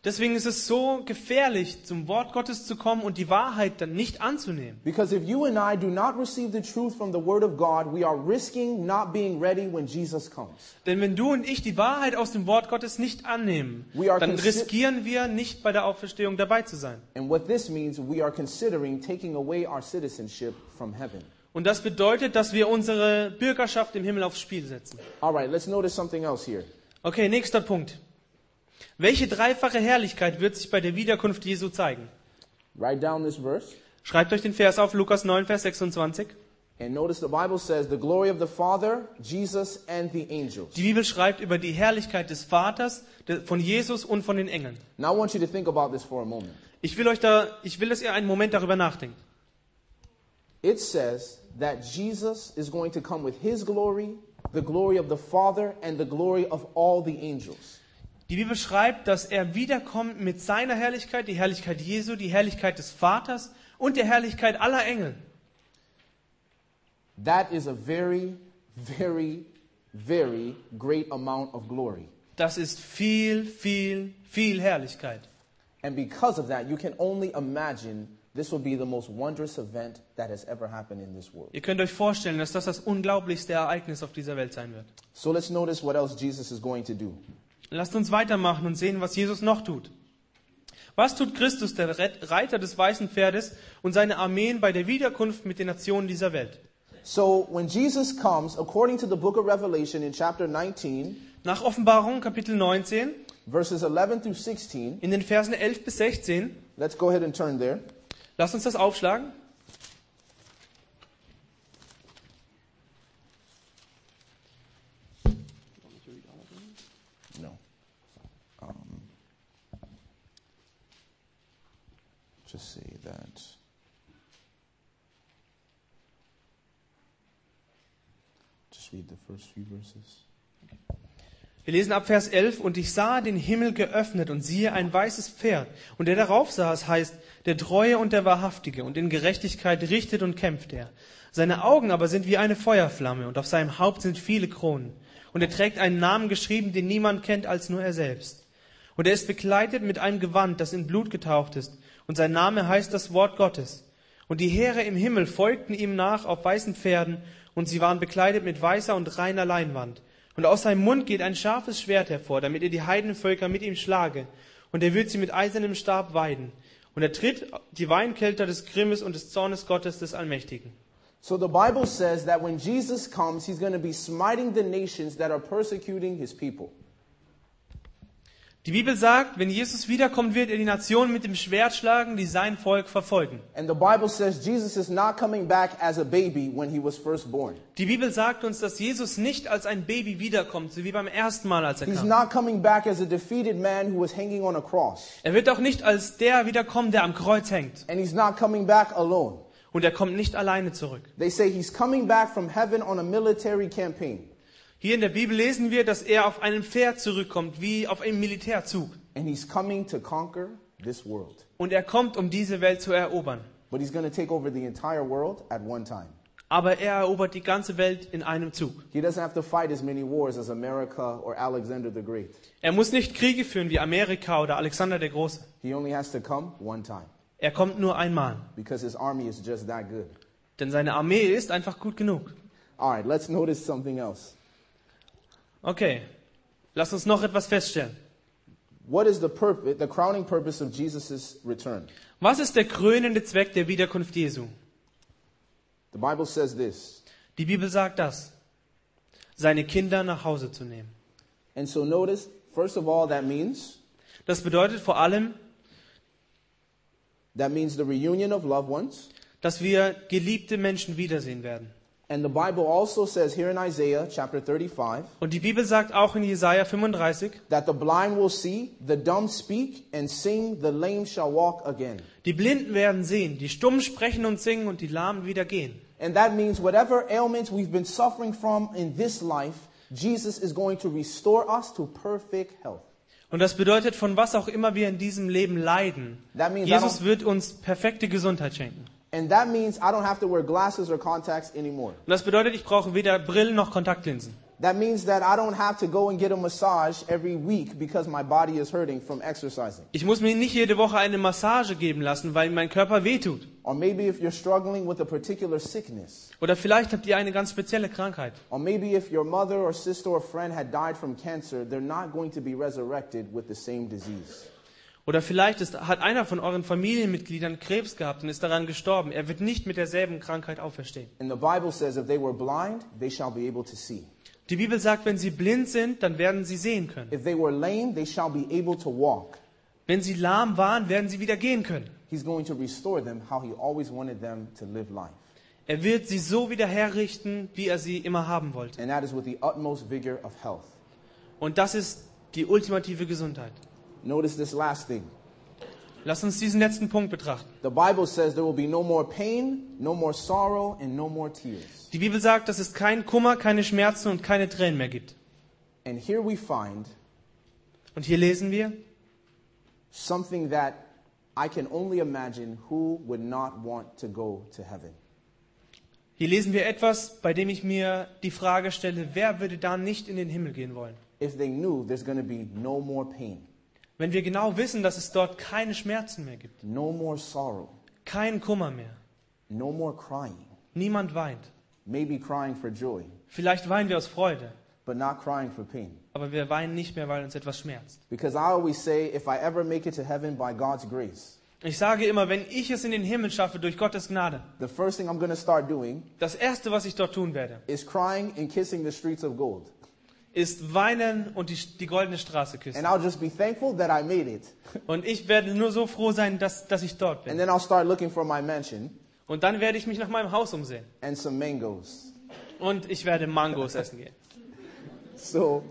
[SPEAKER 2] Deswegen ist es so gefährlich, zum Wort Gottes zu kommen und die Wahrheit dann nicht anzunehmen.
[SPEAKER 1] Because if you and I do not receive the truth from the word of God, we are risking not being ready when Jesus comes.
[SPEAKER 2] Denn wenn du und ich die Wahrheit aus dem Wort Gottes nicht annehmen,
[SPEAKER 1] We are
[SPEAKER 2] dann
[SPEAKER 1] consi-
[SPEAKER 2] riskieren wir nicht bei der Auferstehung dabei zu sein.
[SPEAKER 1] And what this means, we are considering taking away our citizenship from heaven.
[SPEAKER 2] Und das bedeutet, dass wir unsere Bürgerschaft im Himmel aufs Spiel setzen.
[SPEAKER 1] All right, let's notice something else here.
[SPEAKER 2] Okay, nächster Punkt. Welche dreifache Herrlichkeit wird sich bei der Wiederkunft Jesu zeigen?
[SPEAKER 1] Write down this verse
[SPEAKER 2] Schreibt euch den Vers auf, Lukas 9, Vers 26.
[SPEAKER 1] and notice the Bible says the glory of the Father, Jesus, and the angels.
[SPEAKER 2] Die Bibel schreibt über die Herrlichkeit des Vaters, de- von Jesus und von den Engeln.
[SPEAKER 1] Now I want you to think about this for a moment.
[SPEAKER 2] Ich will euch da, ich will, dass ihr einen Moment darüber nachdenkt.
[SPEAKER 1] It says that Jesus is going to come with his glory, the glory of the Father, and the glory of all the angels.
[SPEAKER 2] Die Bibel schreibt, dass er wiederkommt mit seiner Herrlichkeit, die Herrlichkeit Jesu, die Herrlichkeit des Vaters und der Herrlichkeit aller Engel.
[SPEAKER 1] That is a very, very, very great amount of glory.
[SPEAKER 2] Das ist viel, viel, viel Herrlichkeit.
[SPEAKER 1] And because of that, you can only imagine this will be the most wondrous event that has ever happened in this world.
[SPEAKER 2] Ihr könnt euch vorstellen, dass das das unglaublichste Ereignis auf dieser Welt sein wird.
[SPEAKER 1] So let's notice what else Jesus is going to do.
[SPEAKER 2] Lasst uns weitermachen und sehen, was Jesus noch tut. Was tut Christus, der Rett- Reiter des weißen Pferdes und seine Armeen bei der Wiederkunft mit den Nationen dieser Welt?
[SPEAKER 1] So when Jesus comes, according to the book of Revelation in chapter 19,
[SPEAKER 2] Nach Offenbarung Kapitel 19,
[SPEAKER 1] verses 11 through 16,
[SPEAKER 2] in den Versen 11 bis 16,
[SPEAKER 1] let's go ahead and turn there.
[SPEAKER 2] lasst uns das aufschlagen.
[SPEAKER 1] No. Um, just say that. Just read the first few verses.
[SPEAKER 2] Wir lesen ab Vers 11, und ich sah den Himmel geöffnet und siehe ein weißes Pferd. Und der darauf saß, heißt, der Treue und der Wahrhaftige, und in Gerechtigkeit richtet und kämpft er. Seine Augen aber sind wie eine Feuerflamme, und auf seinem Haupt sind viele Kronen. Und er trägt einen Namen geschrieben, den niemand kennt als nur er selbst. Und er ist bekleidet mit einem Gewand, das in Blut getaucht ist, und sein Name heißt das Wort Gottes. Und die Heere im Himmel folgten ihm nach auf weißen Pferden, und sie waren bekleidet mit weißer und reiner Leinwand. Und aus seinem Mund geht ein scharfes Schwert hervor, damit er die Heidenvölker mit ihm schlage, und er wird sie mit eisernem Stab weiden. Und er tritt die Weinkelter des Grimmes und des Zornes Gottes des Allmächtigen.
[SPEAKER 1] So the Bible says that when Jesus comes, he's going to be smiting the nations that are persecuting his people.
[SPEAKER 2] Die Bibel sagt, wenn Jesus wiederkommt, wird er die Nationen mit dem Schwert schlagen, die sein Volk verfolgen.
[SPEAKER 1] And the Bible says Jesus is not coming back as a baby when he was first born.
[SPEAKER 2] Die Bibel sagt uns, dass Jesus nicht als ein Baby wiederkommt, so wie beim ersten Mal, als er
[SPEAKER 1] He's
[SPEAKER 2] kam.
[SPEAKER 1] not coming back as a defeated man who was hanging on a cross.
[SPEAKER 2] Er wird auch nicht als der wiederkommen, der am Kreuz hängt.
[SPEAKER 1] And he's not coming back alone.
[SPEAKER 2] Und er kommt nicht alleine zurück.
[SPEAKER 1] They say he's coming back from heaven on a military campaign.
[SPEAKER 2] Hier in der Bibel lesen wir, dass er auf einem Pferd zurückkommt, wie auf einem Militärzug.
[SPEAKER 1] And he's coming to conquer this world.
[SPEAKER 2] Und er kommt, um diese Welt zu erobern.
[SPEAKER 1] But he's going to take over the entire world at one time.
[SPEAKER 2] aber er erobert die ganze Welt in einem Zug.
[SPEAKER 1] He doesn't have to fight as many wars as America or Alexander the Great.
[SPEAKER 2] Er muss nicht Kriege führen wie Amerika oder Alexander der Große.
[SPEAKER 1] He only has to come one time
[SPEAKER 2] Er kommt nur einmal,
[SPEAKER 1] because his army is just that good.
[SPEAKER 2] denn seine Armee ist einfach gut genug.
[SPEAKER 1] All right, let's notice something else.
[SPEAKER 2] Okay, lass uns noch etwas feststellen.
[SPEAKER 1] What is the purpose, the crowning purpose of Jesus' return?
[SPEAKER 2] Was ist der krönende Zweck der Wiederkunft Jesu?
[SPEAKER 1] The Bible says this.
[SPEAKER 2] Die Bibel sagt das. Seine Kinder nach Hause zu nehmen.
[SPEAKER 1] And so notice, first of all, that means
[SPEAKER 2] Das bedeutet vor allem,
[SPEAKER 1] that means the reunion of loved ones.
[SPEAKER 2] dass wir geliebte Menschen wiedersehen werden.
[SPEAKER 1] And the Bible also says here in Isaiah chapter 35
[SPEAKER 2] Und die Bibel sagt auch in Jesaja 35,
[SPEAKER 1] that the blind will see, the dumb speak and sing, the lame shall walk again.
[SPEAKER 2] die Blinden werden sehen, die Stummen sprechen und singen und die Lahmen wieder gehen.
[SPEAKER 1] And that means whatever ailments we've been suffering from in this life, Jesus is going to restore us to perfect health.
[SPEAKER 2] Und das bedeutet, von was auch immer wir in diesem Leben leiden,
[SPEAKER 1] That means I
[SPEAKER 2] Jesus
[SPEAKER 1] don't-
[SPEAKER 2] wird uns perfekte Gesundheit schenken.
[SPEAKER 1] And that means I don't have to wear glasses or contacts anymore.
[SPEAKER 2] Und das bedeutet, ich brauche weder Brillen noch Kontaktlinsen.
[SPEAKER 1] That means that I don't have to go and get a massage every week because my body is hurting from exercising.
[SPEAKER 2] Ich muss mir nicht jede Woche eine Massage geben lassen, weil mein Körper wehtut.
[SPEAKER 1] Or maybe if you're struggling with a particular sickness.
[SPEAKER 2] Oder vielleicht habt ihr eine ganz spezielle Krankheit.
[SPEAKER 1] Or maybe if your mother or sister or friend had died from cancer, they're not going to be resurrected with the same disease.
[SPEAKER 2] Oder vielleicht ist, hat einer von euren Familienmitgliedern Krebs gehabt und ist daran gestorben. Er wird nicht mit derselben Krankheit auferstehen.
[SPEAKER 1] And the Bible says if they were blind, they shall be able to see.
[SPEAKER 2] Die Bibel sagt, wenn sie blind sind, dann werden sie sehen können.
[SPEAKER 1] If they were lame, they shall be able to walk.
[SPEAKER 2] Wenn sie lahm waren, werden sie wieder gehen können.
[SPEAKER 1] He's going to restore them how he always wanted them to live life.
[SPEAKER 2] Er wird sie so wieder herrichten, wie er sie immer haben wollte.
[SPEAKER 1] And that is with the utmost vigor of health.
[SPEAKER 2] Und das ist die ultimative Gesundheit.
[SPEAKER 1] Notice this last thing.
[SPEAKER 2] Lass uns diesen letzten Punkt betrachten.
[SPEAKER 1] The Bible says there will be no more pain, no more sorrow, and no more tears.
[SPEAKER 2] Die Bibel sagt, dass es keinen Kummer, keine Schmerzen und keine Tränen mehr gibt.
[SPEAKER 1] And here we find
[SPEAKER 2] Und hier lesen wir,
[SPEAKER 1] something that I can only imagine who would not want to go to heaven.
[SPEAKER 2] hier lesen wir etwas, bei dem ich mir die Frage stelle, wer würde da nicht in den Himmel gehen wollen?
[SPEAKER 1] If they knew there's going to be no more pain,
[SPEAKER 2] Wenn wir genau wissen, dass es dort keine Schmerzen mehr gibt,
[SPEAKER 1] no more sorrow,
[SPEAKER 2] keinen Kummer mehr,
[SPEAKER 1] no more crying,
[SPEAKER 2] niemand weint.
[SPEAKER 1] maybe crying for joy,
[SPEAKER 2] Vielleicht weinen wir aus Freude,
[SPEAKER 1] but not crying for pain.
[SPEAKER 2] aber wir weinen nicht mehr, weil uns etwas schmerzt.
[SPEAKER 1] Because I always say, if I ever make it to heaven by God's grace,
[SPEAKER 2] Ich sage immer, wenn ich es in den Himmel schaffe durch Gottes Gnade,
[SPEAKER 1] the first thing I'm going to start doing
[SPEAKER 2] das Erste, was ich dort tun werde,
[SPEAKER 1] is crying and kissing the streets of gold.
[SPEAKER 2] ist weinen und die, die goldene Straße
[SPEAKER 1] And
[SPEAKER 2] küssen.
[SPEAKER 1] I'll just be thankful that I made it.
[SPEAKER 2] Und ich werde nur so froh sein, dass, dass ich dort
[SPEAKER 1] And
[SPEAKER 2] bin.
[SPEAKER 1] then I'll start looking for my mansion
[SPEAKER 2] Und dann werde ich mich nach meinem Haus umsehen.
[SPEAKER 1] and some mangoes.
[SPEAKER 2] Und ich werde Mangos essen gehen.
[SPEAKER 1] So,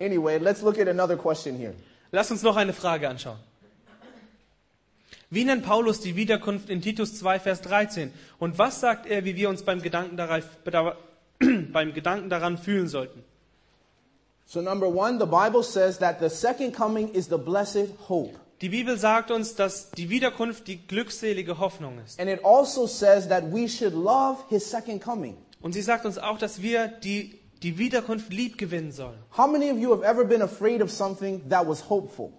[SPEAKER 1] anyway, let's look at another question here.
[SPEAKER 2] Lass uns noch eine Frage anschauen. Wie nennt Paulus die Wiederkunft in Titus 2, Vers 13? Und was sagt er, wie wir uns beim Gedanken daran, bedau- beim Gedanken daran fühlen sollten?
[SPEAKER 1] So, number one, the Bible says that the second coming is the blessed hope.
[SPEAKER 2] Die Bibel sagt uns, dass die Wiederkunft die glückselige Hoffnung ist.
[SPEAKER 1] And it also says that we should love his second coming.
[SPEAKER 2] Und sie sagt uns auch, dass wir die, die Wiederkunft lieb gewinnen sollen.
[SPEAKER 1] How many of you have ever been afraid of something that was hopeful?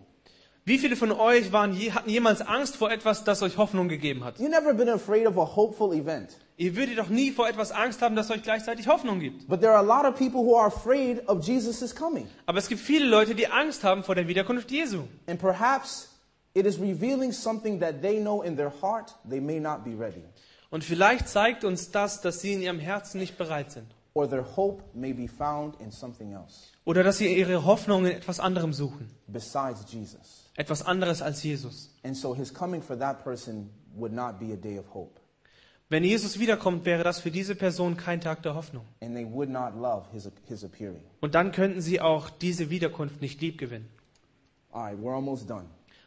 [SPEAKER 2] Wie viele von euch waren je, hatten jemals Angst vor etwas, das euch Hoffnung gegeben hat?
[SPEAKER 1] You've never been afraid of a hopeful event.
[SPEAKER 2] Ihr würdet doch nie vor etwas Angst haben, das euch gleichzeitig Hoffnung gibt.
[SPEAKER 1] But there are a lot of people who are afraid of Jesus' coming.
[SPEAKER 2] Aber es gibt viele Leute, die Angst haben vor der Wiederkunft Jesu.
[SPEAKER 1] And perhaps it is revealing something that they know in their heart they may not be ready,
[SPEAKER 2] Und vielleicht zeigt uns das, dass sie in ihrem Herzen nicht bereit sind.
[SPEAKER 1] or their hope may be found in something else
[SPEAKER 2] Oder dass sie ihre Hoffnung in etwas anderem suchen.
[SPEAKER 1] besides Jesus.
[SPEAKER 2] Etwas anderes als Jesus.
[SPEAKER 1] And so his coming for that person would not be a day of hope.
[SPEAKER 2] Wenn Jesus wiederkommt, wäre das für diese Person kein Tag der Hoffnung.
[SPEAKER 1] And they would not love his, his appearing.
[SPEAKER 2] Und dann könnten sie auch diese Wiederkunft nicht lieb gewinnen.
[SPEAKER 1] All right, we're almost done.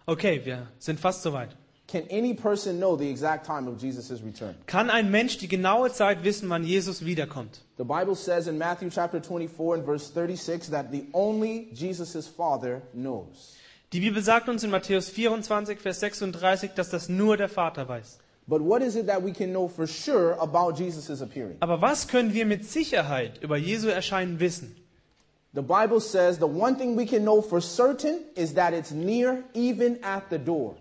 [SPEAKER 2] Okay, wir sind fast soweit.
[SPEAKER 1] Can any person know the exact time of Jesus' return?
[SPEAKER 2] Kann ein Mensch die genaue Zeit wissen, wann Jesus wiederkommt?
[SPEAKER 1] The Bible says in Matthew chapter 24 and verse 36 that the only Jesus' Father knows.
[SPEAKER 2] Die Bibel sagt uns in Matthäus 24, Vers 36, dass das nur der Vater weiß.
[SPEAKER 1] But what is it that we can know for sure about Jesus' appearing?
[SPEAKER 2] Aber was können wir mit Sicherheit über Jesu Erscheinen wissen?
[SPEAKER 1] The Bible says the one thing we can know for certain is that it's near, even at the door.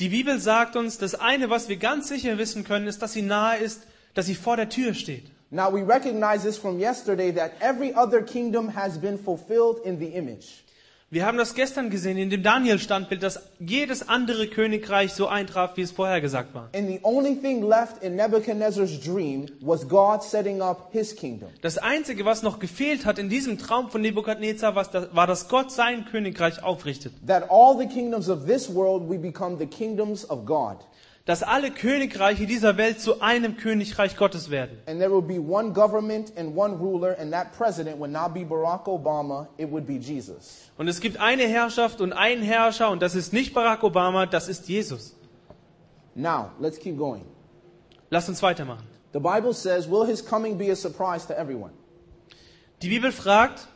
[SPEAKER 2] Die Bibel sagt uns, das eine, was wir ganz sicher wissen können, ist, dass sie nahe ist, dass sie vor der Tür steht.
[SPEAKER 1] Now, we recognize this from yesterday that every other kingdom has been fulfilled in the image.
[SPEAKER 2] Wir haben das gestern gesehen in dem Daniel-Standbild, dass jedes andere Königreich so eintraf, wie es vorher gesagt war.
[SPEAKER 1] And the only thing left in Nebuchadnezzar's dream was God setting up his kingdom.
[SPEAKER 2] Das Einzige, was noch gefehlt hat in diesem Traum von Nebukadnezar, was da- war, dass Gott sein Königreich aufrichtet.
[SPEAKER 1] That all the kingdoms of this world will become the kingdoms of God.
[SPEAKER 2] Dass alle Königreiche dieser Welt zu einem Königreich Gottes werden.
[SPEAKER 1] And there will be one government and one ruler, and that president would not be Barack Obama, it would be Jesus.
[SPEAKER 2] Und es gibt eine Herrschaft und einen Herrscher, und das ist nicht Barack Obama, das ist Jesus.
[SPEAKER 1] Now, let's keep going.
[SPEAKER 2] Lasst uns weitermachen.
[SPEAKER 1] The Bible says, Will his coming be a surprise to everyone?
[SPEAKER 2] Die Bibel fragt,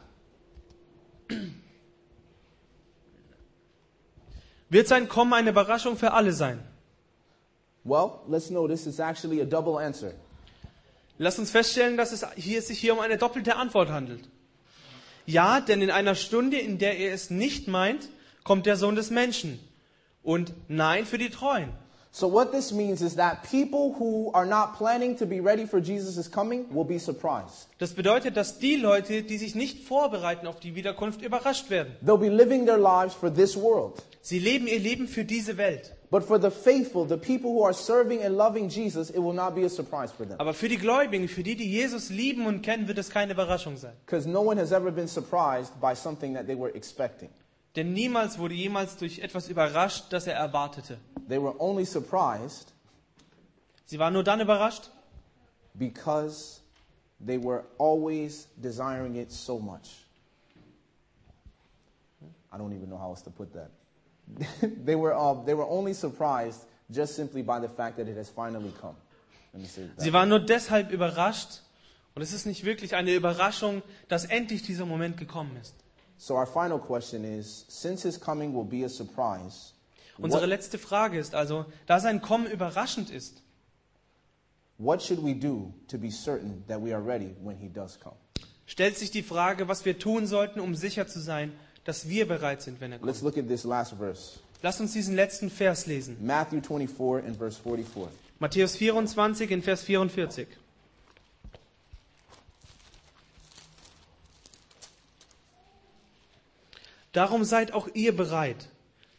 [SPEAKER 2] wird sein Kommen eine Überraschung für alle sein?
[SPEAKER 1] Well, let's notice it's actually a double answer.
[SPEAKER 2] Lasst uns feststellen, dass es hier, es sich hier um eine doppelte Antwort handelt. Ja, denn in einer Stunde, in der er es nicht meint, kommt der Sohn des Menschen. Und nein für die Treuen.
[SPEAKER 1] So, what this means is that people who are not planning to be ready for Jesus' coming will be surprised.
[SPEAKER 2] Das bedeutet, dass die Leute, die sich nicht vorbereiten auf die Wiederkunft, überrascht werden.
[SPEAKER 1] They'll be living their lives for this world.
[SPEAKER 2] Sie leben ihr Leben für diese Welt.
[SPEAKER 1] But for the faithful, the people who are serving and loving Jesus, it will not be a surprise for them.
[SPEAKER 2] Aber für die Gläubigen, für die, die Jesus lieben und kennen, wird es keine Überraschung sein.
[SPEAKER 1] Because no one has ever been surprised by something that they were expecting.
[SPEAKER 2] Denn niemals wurde jemals durch etwas überrascht, das er erwartete.
[SPEAKER 1] They were only surprised
[SPEAKER 2] Sie waren nur dann überrascht,
[SPEAKER 1] because they were always desiring it so much. I don't even know how else to put that. they, were, uh, they were only surprised just simply by the fact that it has finally come. Let me say it that.
[SPEAKER 2] Sie waren nur deshalb überrascht. Und es ist nicht wirklich eine Überraschung, dass endlich dieser Moment gekommen ist.
[SPEAKER 1] So, our final question is since his coming will be a surprise,
[SPEAKER 2] Unsere
[SPEAKER 1] what-
[SPEAKER 2] letzte Frage ist also, da sein Kommen überraschend ist,
[SPEAKER 1] What should we do to be certain that we are ready when he does come?
[SPEAKER 2] stellt sich die Frage, was wir tun sollten, um sicher zu sein, dass wir bereit sind, wenn er kommt.
[SPEAKER 1] Let's look at this last verse
[SPEAKER 2] Lasst uns diesen letzten Vers lesen.
[SPEAKER 1] Matthew 24 and verse 44.
[SPEAKER 2] Matthäus 24 in Vers 44. Darum seid auch ihr bereit,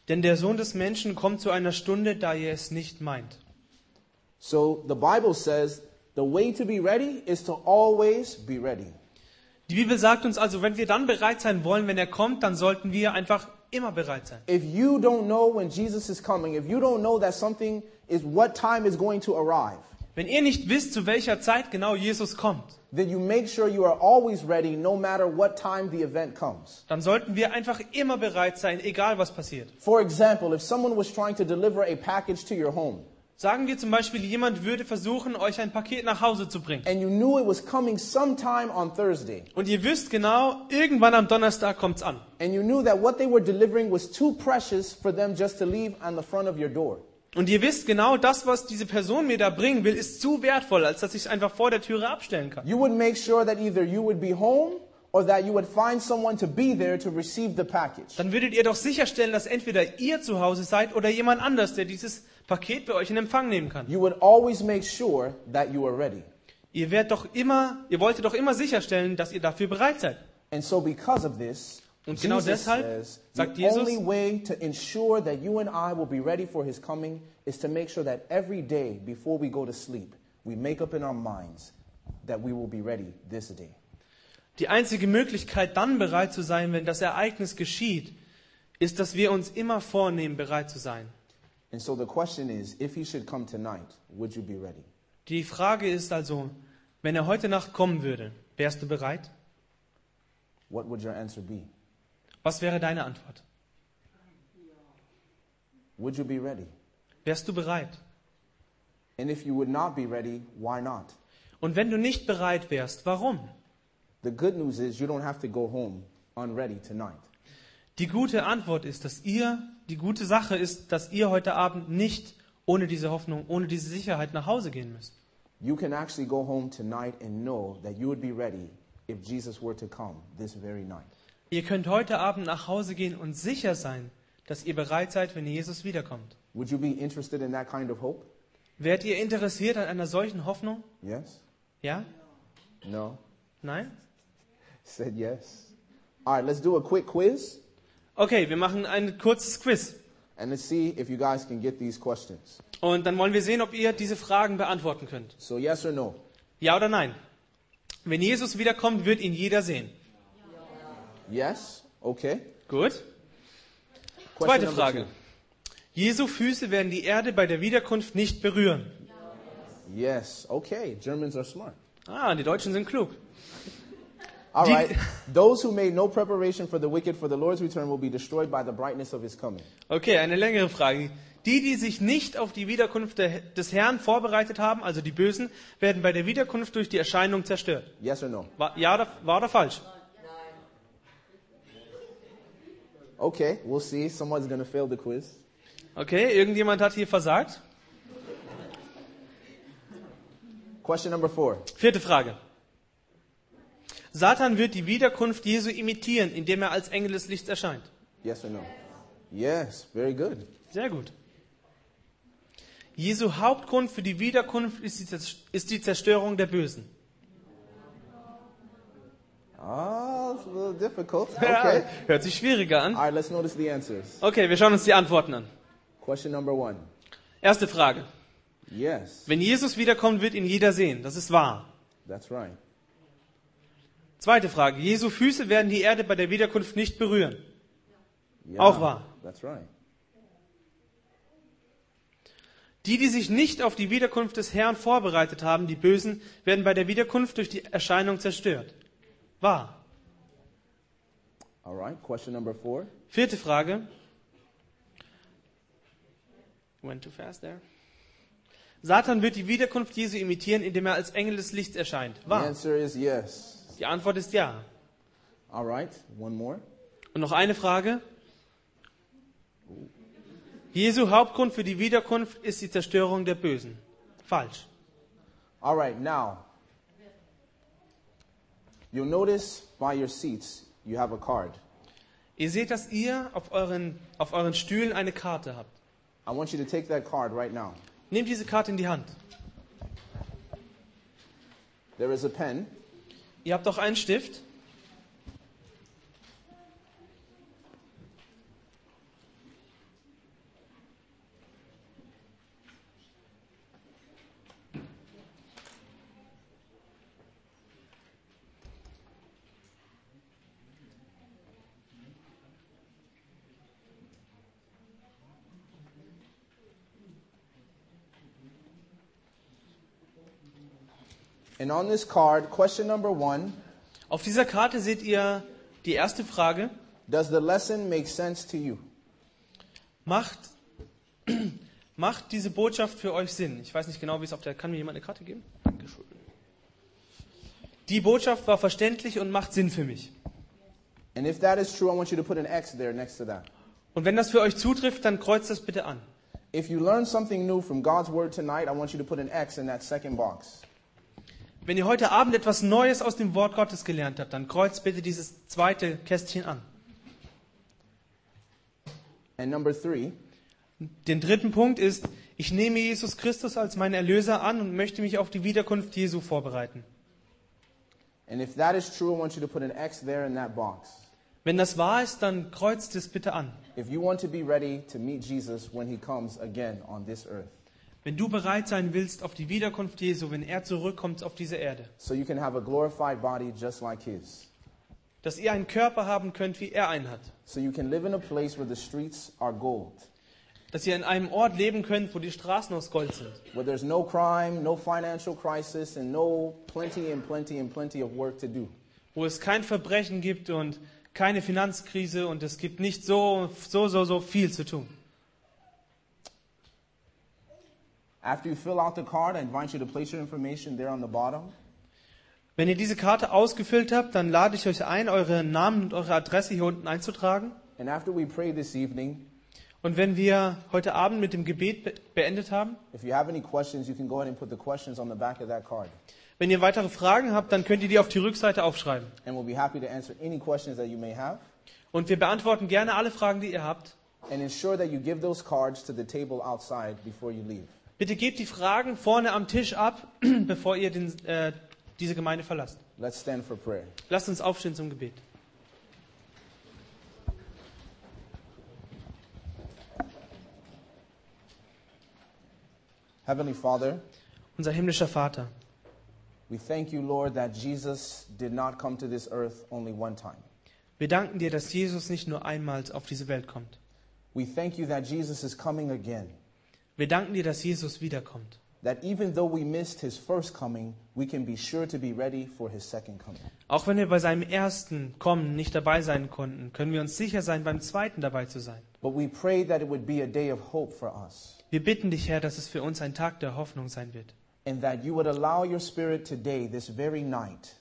[SPEAKER 2] denn der Sohn des Menschen kommt zu einer Stunde, da ihr es nicht meint.
[SPEAKER 1] So, the Bible says the way to be ready is to always be ready.
[SPEAKER 2] Die Bibel sagt uns also, wenn wir dann bereit sein wollen, wenn er kommt, dann sollten wir einfach immer bereit sein.
[SPEAKER 1] If you don't know when Jesus is coming, if you don't know that something is what time is going to arrive,
[SPEAKER 2] Wenn ihr nicht wisst, zu welcher Zeit genau Jesus kommt,
[SPEAKER 1] then you make sure you are always ready no matter what time the event comes.
[SPEAKER 2] dann sollten wir einfach immer bereit sein, egal was passiert.
[SPEAKER 1] For example, if someone was trying to deliver a package to your home
[SPEAKER 2] Sagen wir zum Beispiel, jemand würde versuchen, euch ein Paket nach Hause zu bringen.
[SPEAKER 1] and you knew it was coming sometime on Thursday,
[SPEAKER 2] Und ihr wisst genau, irgendwann am Donnerstag kommt's an.
[SPEAKER 1] and you knew that what they were delivering was too precious for them just to leave on the front of your door,
[SPEAKER 2] Und ihr wisst genau, das, was diese Person mir da bringen will, ist zu wertvoll, als dass ich es einfach vor der Türe abstellen kann.
[SPEAKER 1] you would make sure that either you would be home or that you would find someone to be there to receive the package.
[SPEAKER 2] Dann würdet ihr doch sicherstellen, dass entweder ihr zu Hause seid oder jemand anders, der dieses Paket bei euch in Empfang nehmen kann.
[SPEAKER 1] You would always make sure that you are ready.
[SPEAKER 2] Ihr werdet doch immer, ihr wolltet doch immer sicherstellen, dass ihr dafür bereit seid.
[SPEAKER 1] And so, because of this,
[SPEAKER 2] Und genau
[SPEAKER 1] Jesus
[SPEAKER 2] deshalb
[SPEAKER 1] says the
[SPEAKER 2] sagt Jesus-
[SPEAKER 1] only way to ensure that you and I will be ready for his coming is to make sure that every day before we go to sleep, we make up in our minds that we will be ready this day.
[SPEAKER 2] Die einzige Möglichkeit, dann bereit zu sein, wenn das Ereignis geschieht, ist, dass wir uns immer vornehmen, bereit zu sein.
[SPEAKER 1] And so the question is if he should come tonight, would you be ready?
[SPEAKER 2] Die Frage ist also, wenn er heute Nacht kommen würde, wärst du bereit?
[SPEAKER 1] What would your answer be?
[SPEAKER 2] Was wäre deine Antwort?
[SPEAKER 1] Would you be ready?
[SPEAKER 2] Wärst du bereit?
[SPEAKER 1] And if you would not be ready, why not?
[SPEAKER 2] Und wenn du nicht bereit wärst, warum?
[SPEAKER 1] The good news is you don't have to go home unready tonight.
[SPEAKER 2] Die gute Antwort ist, dass ihr, die gute Sache ist, dass ihr heute Abend nicht ohne diese Hoffnung, ohne diese Sicherheit nach Hause gehen müsst.
[SPEAKER 1] You can actually go home tonight and know that you would be ready if Jesus were to come this very night.
[SPEAKER 2] Ihr könnt heute Abend nach Hause gehen und sicher sein, dass ihr bereit seid, wenn Jesus wiederkommt.
[SPEAKER 1] Would you be interested in that kind of hope?
[SPEAKER 2] Wärt ihr interessiert an einer solchen Hoffnung?
[SPEAKER 1] Yes?
[SPEAKER 2] Ja?
[SPEAKER 1] No?
[SPEAKER 2] Nein?
[SPEAKER 1] Said yes. All right, let's do a quick quiz
[SPEAKER 2] Okay, wir machen ein kurzes Quiz.
[SPEAKER 1] and let's see if you guys can get these questions.
[SPEAKER 2] Und dann wollen wir sehen, ob ihr diese Fragen beantworten könnt.
[SPEAKER 1] So, yes or no?
[SPEAKER 2] Ja oder nein? Wenn Jesus wiederkommt, wird ihn jeder sehen.
[SPEAKER 1] Yes? Okay.
[SPEAKER 2] Gut?
[SPEAKER 1] Question
[SPEAKER 2] Zweite
[SPEAKER 1] number
[SPEAKER 2] Frage. Jesu Füße werden die Erde bei der Wiederkunft nicht berühren.
[SPEAKER 1] two. Yes. Okay. Germans are smart.
[SPEAKER 2] Ah, die Deutschen sind klug.
[SPEAKER 1] All
[SPEAKER 2] Did-
[SPEAKER 1] right. Those who made no preparation for the wicked for the Lord's return will be destroyed by the brightness of his coming.
[SPEAKER 2] Okay, eine längere Frage. Die, die sich nicht auf die Wiederkunft der, des Herrn vorbereitet haben, also die Bösen, werden bei der Wiederkunft durch die Erscheinung zerstört.
[SPEAKER 1] Yes or no?
[SPEAKER 2] War, ja oder, war oder falsch?
[SPEAKER 1] Okay. We'll see. Someone's going to fail the quiz.
[SPEAKER 2] Okay, irgendjemand hat hier versagt.
[SPEAKER 1] Question number four.
[SPEAKER 2] Vierte Frage. Satan wird die Wiederkunft Jesu imitieren, indem er als Engel des Lichts erscheint.
[SPEAKER 1] Yes or no? Yes. Very good.
[SPEAKER 2] Sehr gut. Jesu Hauptgrund für die Wiederkunft ist die, Zers- ist die Zerstörung der Bösen.
[SPEAKER 1] Ah, it's a little difficult.
[SPEAKER 2] Ja,
[SPEAKER 1] Okay.
[SPEAKER 2] hört sich schwieriger an.
[SPEAKER 1] All right. Let's notice the answers.
[SPEAKER 2] Okay, wir schauen uns die Antworten an.
[SPEAKER 1] Question number one.
[SPEAKER 2] Erste Frage.
[SPEAKER 1] Yes.
[SPEAKER 2] Wenn Jesus wiederkommt, wird ihn jeder sehen. Das ist wahr.
[SPEAKER 1] That's right.
[SPEAKER 2] Zweite Frage. Jesu Füße werden die Erde bei der Wiederkunft nicht berühren.
[SPEAKER 1] Yeah,
[SPEAKER 2] Auch wahr.
[SPEAKER 1] That's right.
[SPEAKER 2] Die, die sich nicht auf die Wiederkunft des Herrn vorbereitet haben, die Bösen, werden bei der Wiederkunft durch die Erscheinung zerstört. Wahr.
[SPEAKER 1] All right. Question number four.
[SPEAKER 2] Vierte Frage. Went too fast there. Satan wird die Wiederkunft Jesu imitieren, indem er als Engel des Lichts erscheint.
[SPEAKER 1] The
[SPEAKER 2] Wahr.
[SPEAKER 1] answer is yes.
[SPEAKER 2] Die Antwort ist ja.
[SPEAKER 1] All right, one more.
[SPEAKER 2] Und noch eine Frage. Jesu Hauptgrund für die Wiederkunft ist die Zerstörung der Bösen. Falsch.
[SPEAKER 1] All right, now. You'll notice by your seats, you have a card.
[SPEAKER 2] Ihr seht, dass ihr auf euren, auf euren Stühlen eine Karte habt.
[SPEAKER 1] I want you to take that card right now.
[SPEAKER 2] Nehmt diese Karte in die Hand.
[SPEAKER 1] There is a pen,
[SPEAKER 2] Ihr habt auch einen Stift.
[SPEAKER 1] and on this card, question number one
[SPEAKER 2] Auf dieser Karte seht ihr die erste Frage.
[SPEAKER 1] Does the lesson make sense to you?
[SPEAKER 2] Macht, macht diese Botschaft für euch Sinn? Ich weiß nicht genau, wie es auf der. Kann mir jemand eine Karte geben? Dankeschön. Die Botschaft war verständlich und macht Sinn für mich.
[SPEAKER 1] And if that is true, I want you to put an X there next to that.
[SPEAKER 2] Und wenn das für euch zutrifft, dann kreuzt das bitte an.
[SPEAKER 1] If you learn something new from God's word tonight, I want you to put an X in that second box.
[SPEAKER 2] Wenn ihr heute Abend etwas Neues aus dem Wort Gottes gelernt habt, dann kreuzt bitte dieses zweite Kästchen an.
[SPEAKER 1] And number three,
[SPEAKER 2] Den dritten Punkt ist, ich nehme Jesus Christus als meinen Erlöser an und möchte mich auf die Wiederkunft Jesu vorbereiten.
[SPEAKER 1] and if that is true, I want you to put an X there in that box.
[SPEAKER 2] Wenn das wahr ist, dann kreuzt es bitte an.
[SPEAKER 1] If you want to be ready to meet Jesus when he comes again on this earth.
[SPEAKER 2] Wenn du bereit sein willst auf die Wiederkunft Jesu, wenn er zurückkommt auf diese Erde,
[SPEAKER 1] so you can have a glorified body just like his.
[SPEAKER 2] dass ihr einen Körper haben könnt, wie er einen hat,
[SPEAKER 1] So you can live in a place where the streets are gold,
[SPEAKER 2] dass ihr in einem Ort leben könnt, wo die Straßen aus Gold sind,
[SPEAKER 1] where there's no crime, no financial crisis, and no plenty and plenty and plenty of work to do.
[SPEAKER 2] wo es kein Verbrechen gibt und keine Finanzkrise und es gibt nicht so, so, so, so viel zu tun.
[SPEAKER 1] After you fill out the card, I invite you to place your information there on the bottom.
[SPEAKER 2] Wenn ihr diese Karte ausgefüllt habt, dann lade ich euch ein, eure Namen und eure Adresse hier unten einzutragen.
[SPEAKER 1] And after we pray this evening,
[SPEAKER 2] Und Und wenn wir heute Abend mit dem Gebet be beendet haben,
[SPEAKER 1] If you have any questions, you can go ahead and put the questions on the back of that card.
[SPEAKER 2] wenn ihr weitere Fragen habt, dann könnt ihr die auf die Rückseite aufschreiben.
[SPEAKER 1] And we'll be happy to answer any questions that you may have.
[SPEAKER 2] Und wir beantworten gerne alle Fragen, die ihr habt.
[SPEAKER 1] And ensure that you give those cards to the table outside before you leave.
[SPEAKER 2] Bitte gebt die Fragen vorne am Tisch ab, bevor ihr den, äh, diese Gemeinde verlasst.
[SPEAKER 1] Let's stand for prayer.
[SPEAKER 2] Lasst uns aufstehen zum Gebet.
[SPEAKER 1] Heavenly Father,
[SPEAKER 2] Unser himmlischer Vater,
[SPEAKER 1] we thank you, Lord, that Jesus did not come to this earth only one time.
[SPEAKER 2] wir danken dir, dass Jesus nicht nur einmal auf diese Welt kommt.
[SPEAKER 1] We thank you that Jesus is coming again.
[SPEAKER 2] Wir danken dir, dass Jesus wiederkommt.
[SPEAKER 1] That even though we missed his first coming, we can be sure to be ready for his second coming.
[SPEAKER 2] Auch wenn wir bei seinem ersten Kommen nicht dabei sein konnten, können wir uns sicher sein, beim zweiten dabei zu sein.
[SPEAKER 1] But we pray that it would be a day of hope for us
[SPEAKER 2] Wir bitten dich, Herr, dass es für uns ein Tag der Hoffnung sein wird.
[SPEAKER 1] and that you would allow your spirit today, this very night,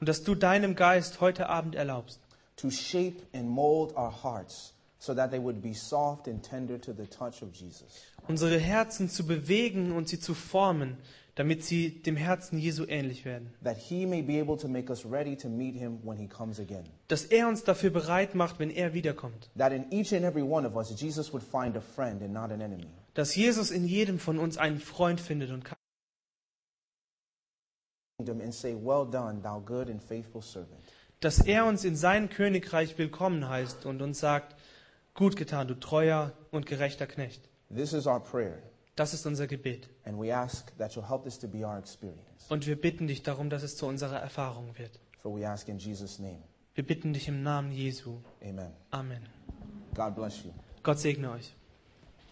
[SPEAKER 2] Und dass du deinem Geist heute Abend erlaubst,
[SPEAKER 1] to shape and mold our hearts so that they would be soft and tender to the touch of Jesus.
[SPEAKER 2] unsere Herzen zu bewegen und sie zu formen, damit sie dem Herzen Jesu ähnlich werden.
[SPEAKER 1] That he may be able to make us ready to meet him when he comes again.
[SPEAKER 2] Dass er uns dafür bereit macht, wenn er wiederkommt.
[SPEAKER 1] That in each and every one of us, Jesus would find a friend and not an enemy.
[SPEAKER 2] Dass Jesus in jedem von uns einen Freund findet und kann.
[SPEAKER 1] Kingdom And say, Well done, thou good and faithful servant.
[SPEAKER 2] Dass er uns in sein Königreich willkommen heißt und uns sagt, gut getan, du treuer und gerechter Knecht.
[SPEAKER 1] This is our prayer,
[SPEAKER 2] Das ist unser Gebet.
[SPEAKER 1] and we ask that you'll help this to be our experience.
[SPEAKER 2] Und wir bitten dich darum, dass es zu unserer Erfahrung wird.
[SPEAKER 1] For we ask in Jesus' name.
[SPEAKER 2] Wir bitten dich im Namen Jesu.
[SPEAKER 1] Amen.
[SPEAKER 2] Amen.
[SPEAKER 1] God bless you.
[SPEAKER 2] Gott segne euch.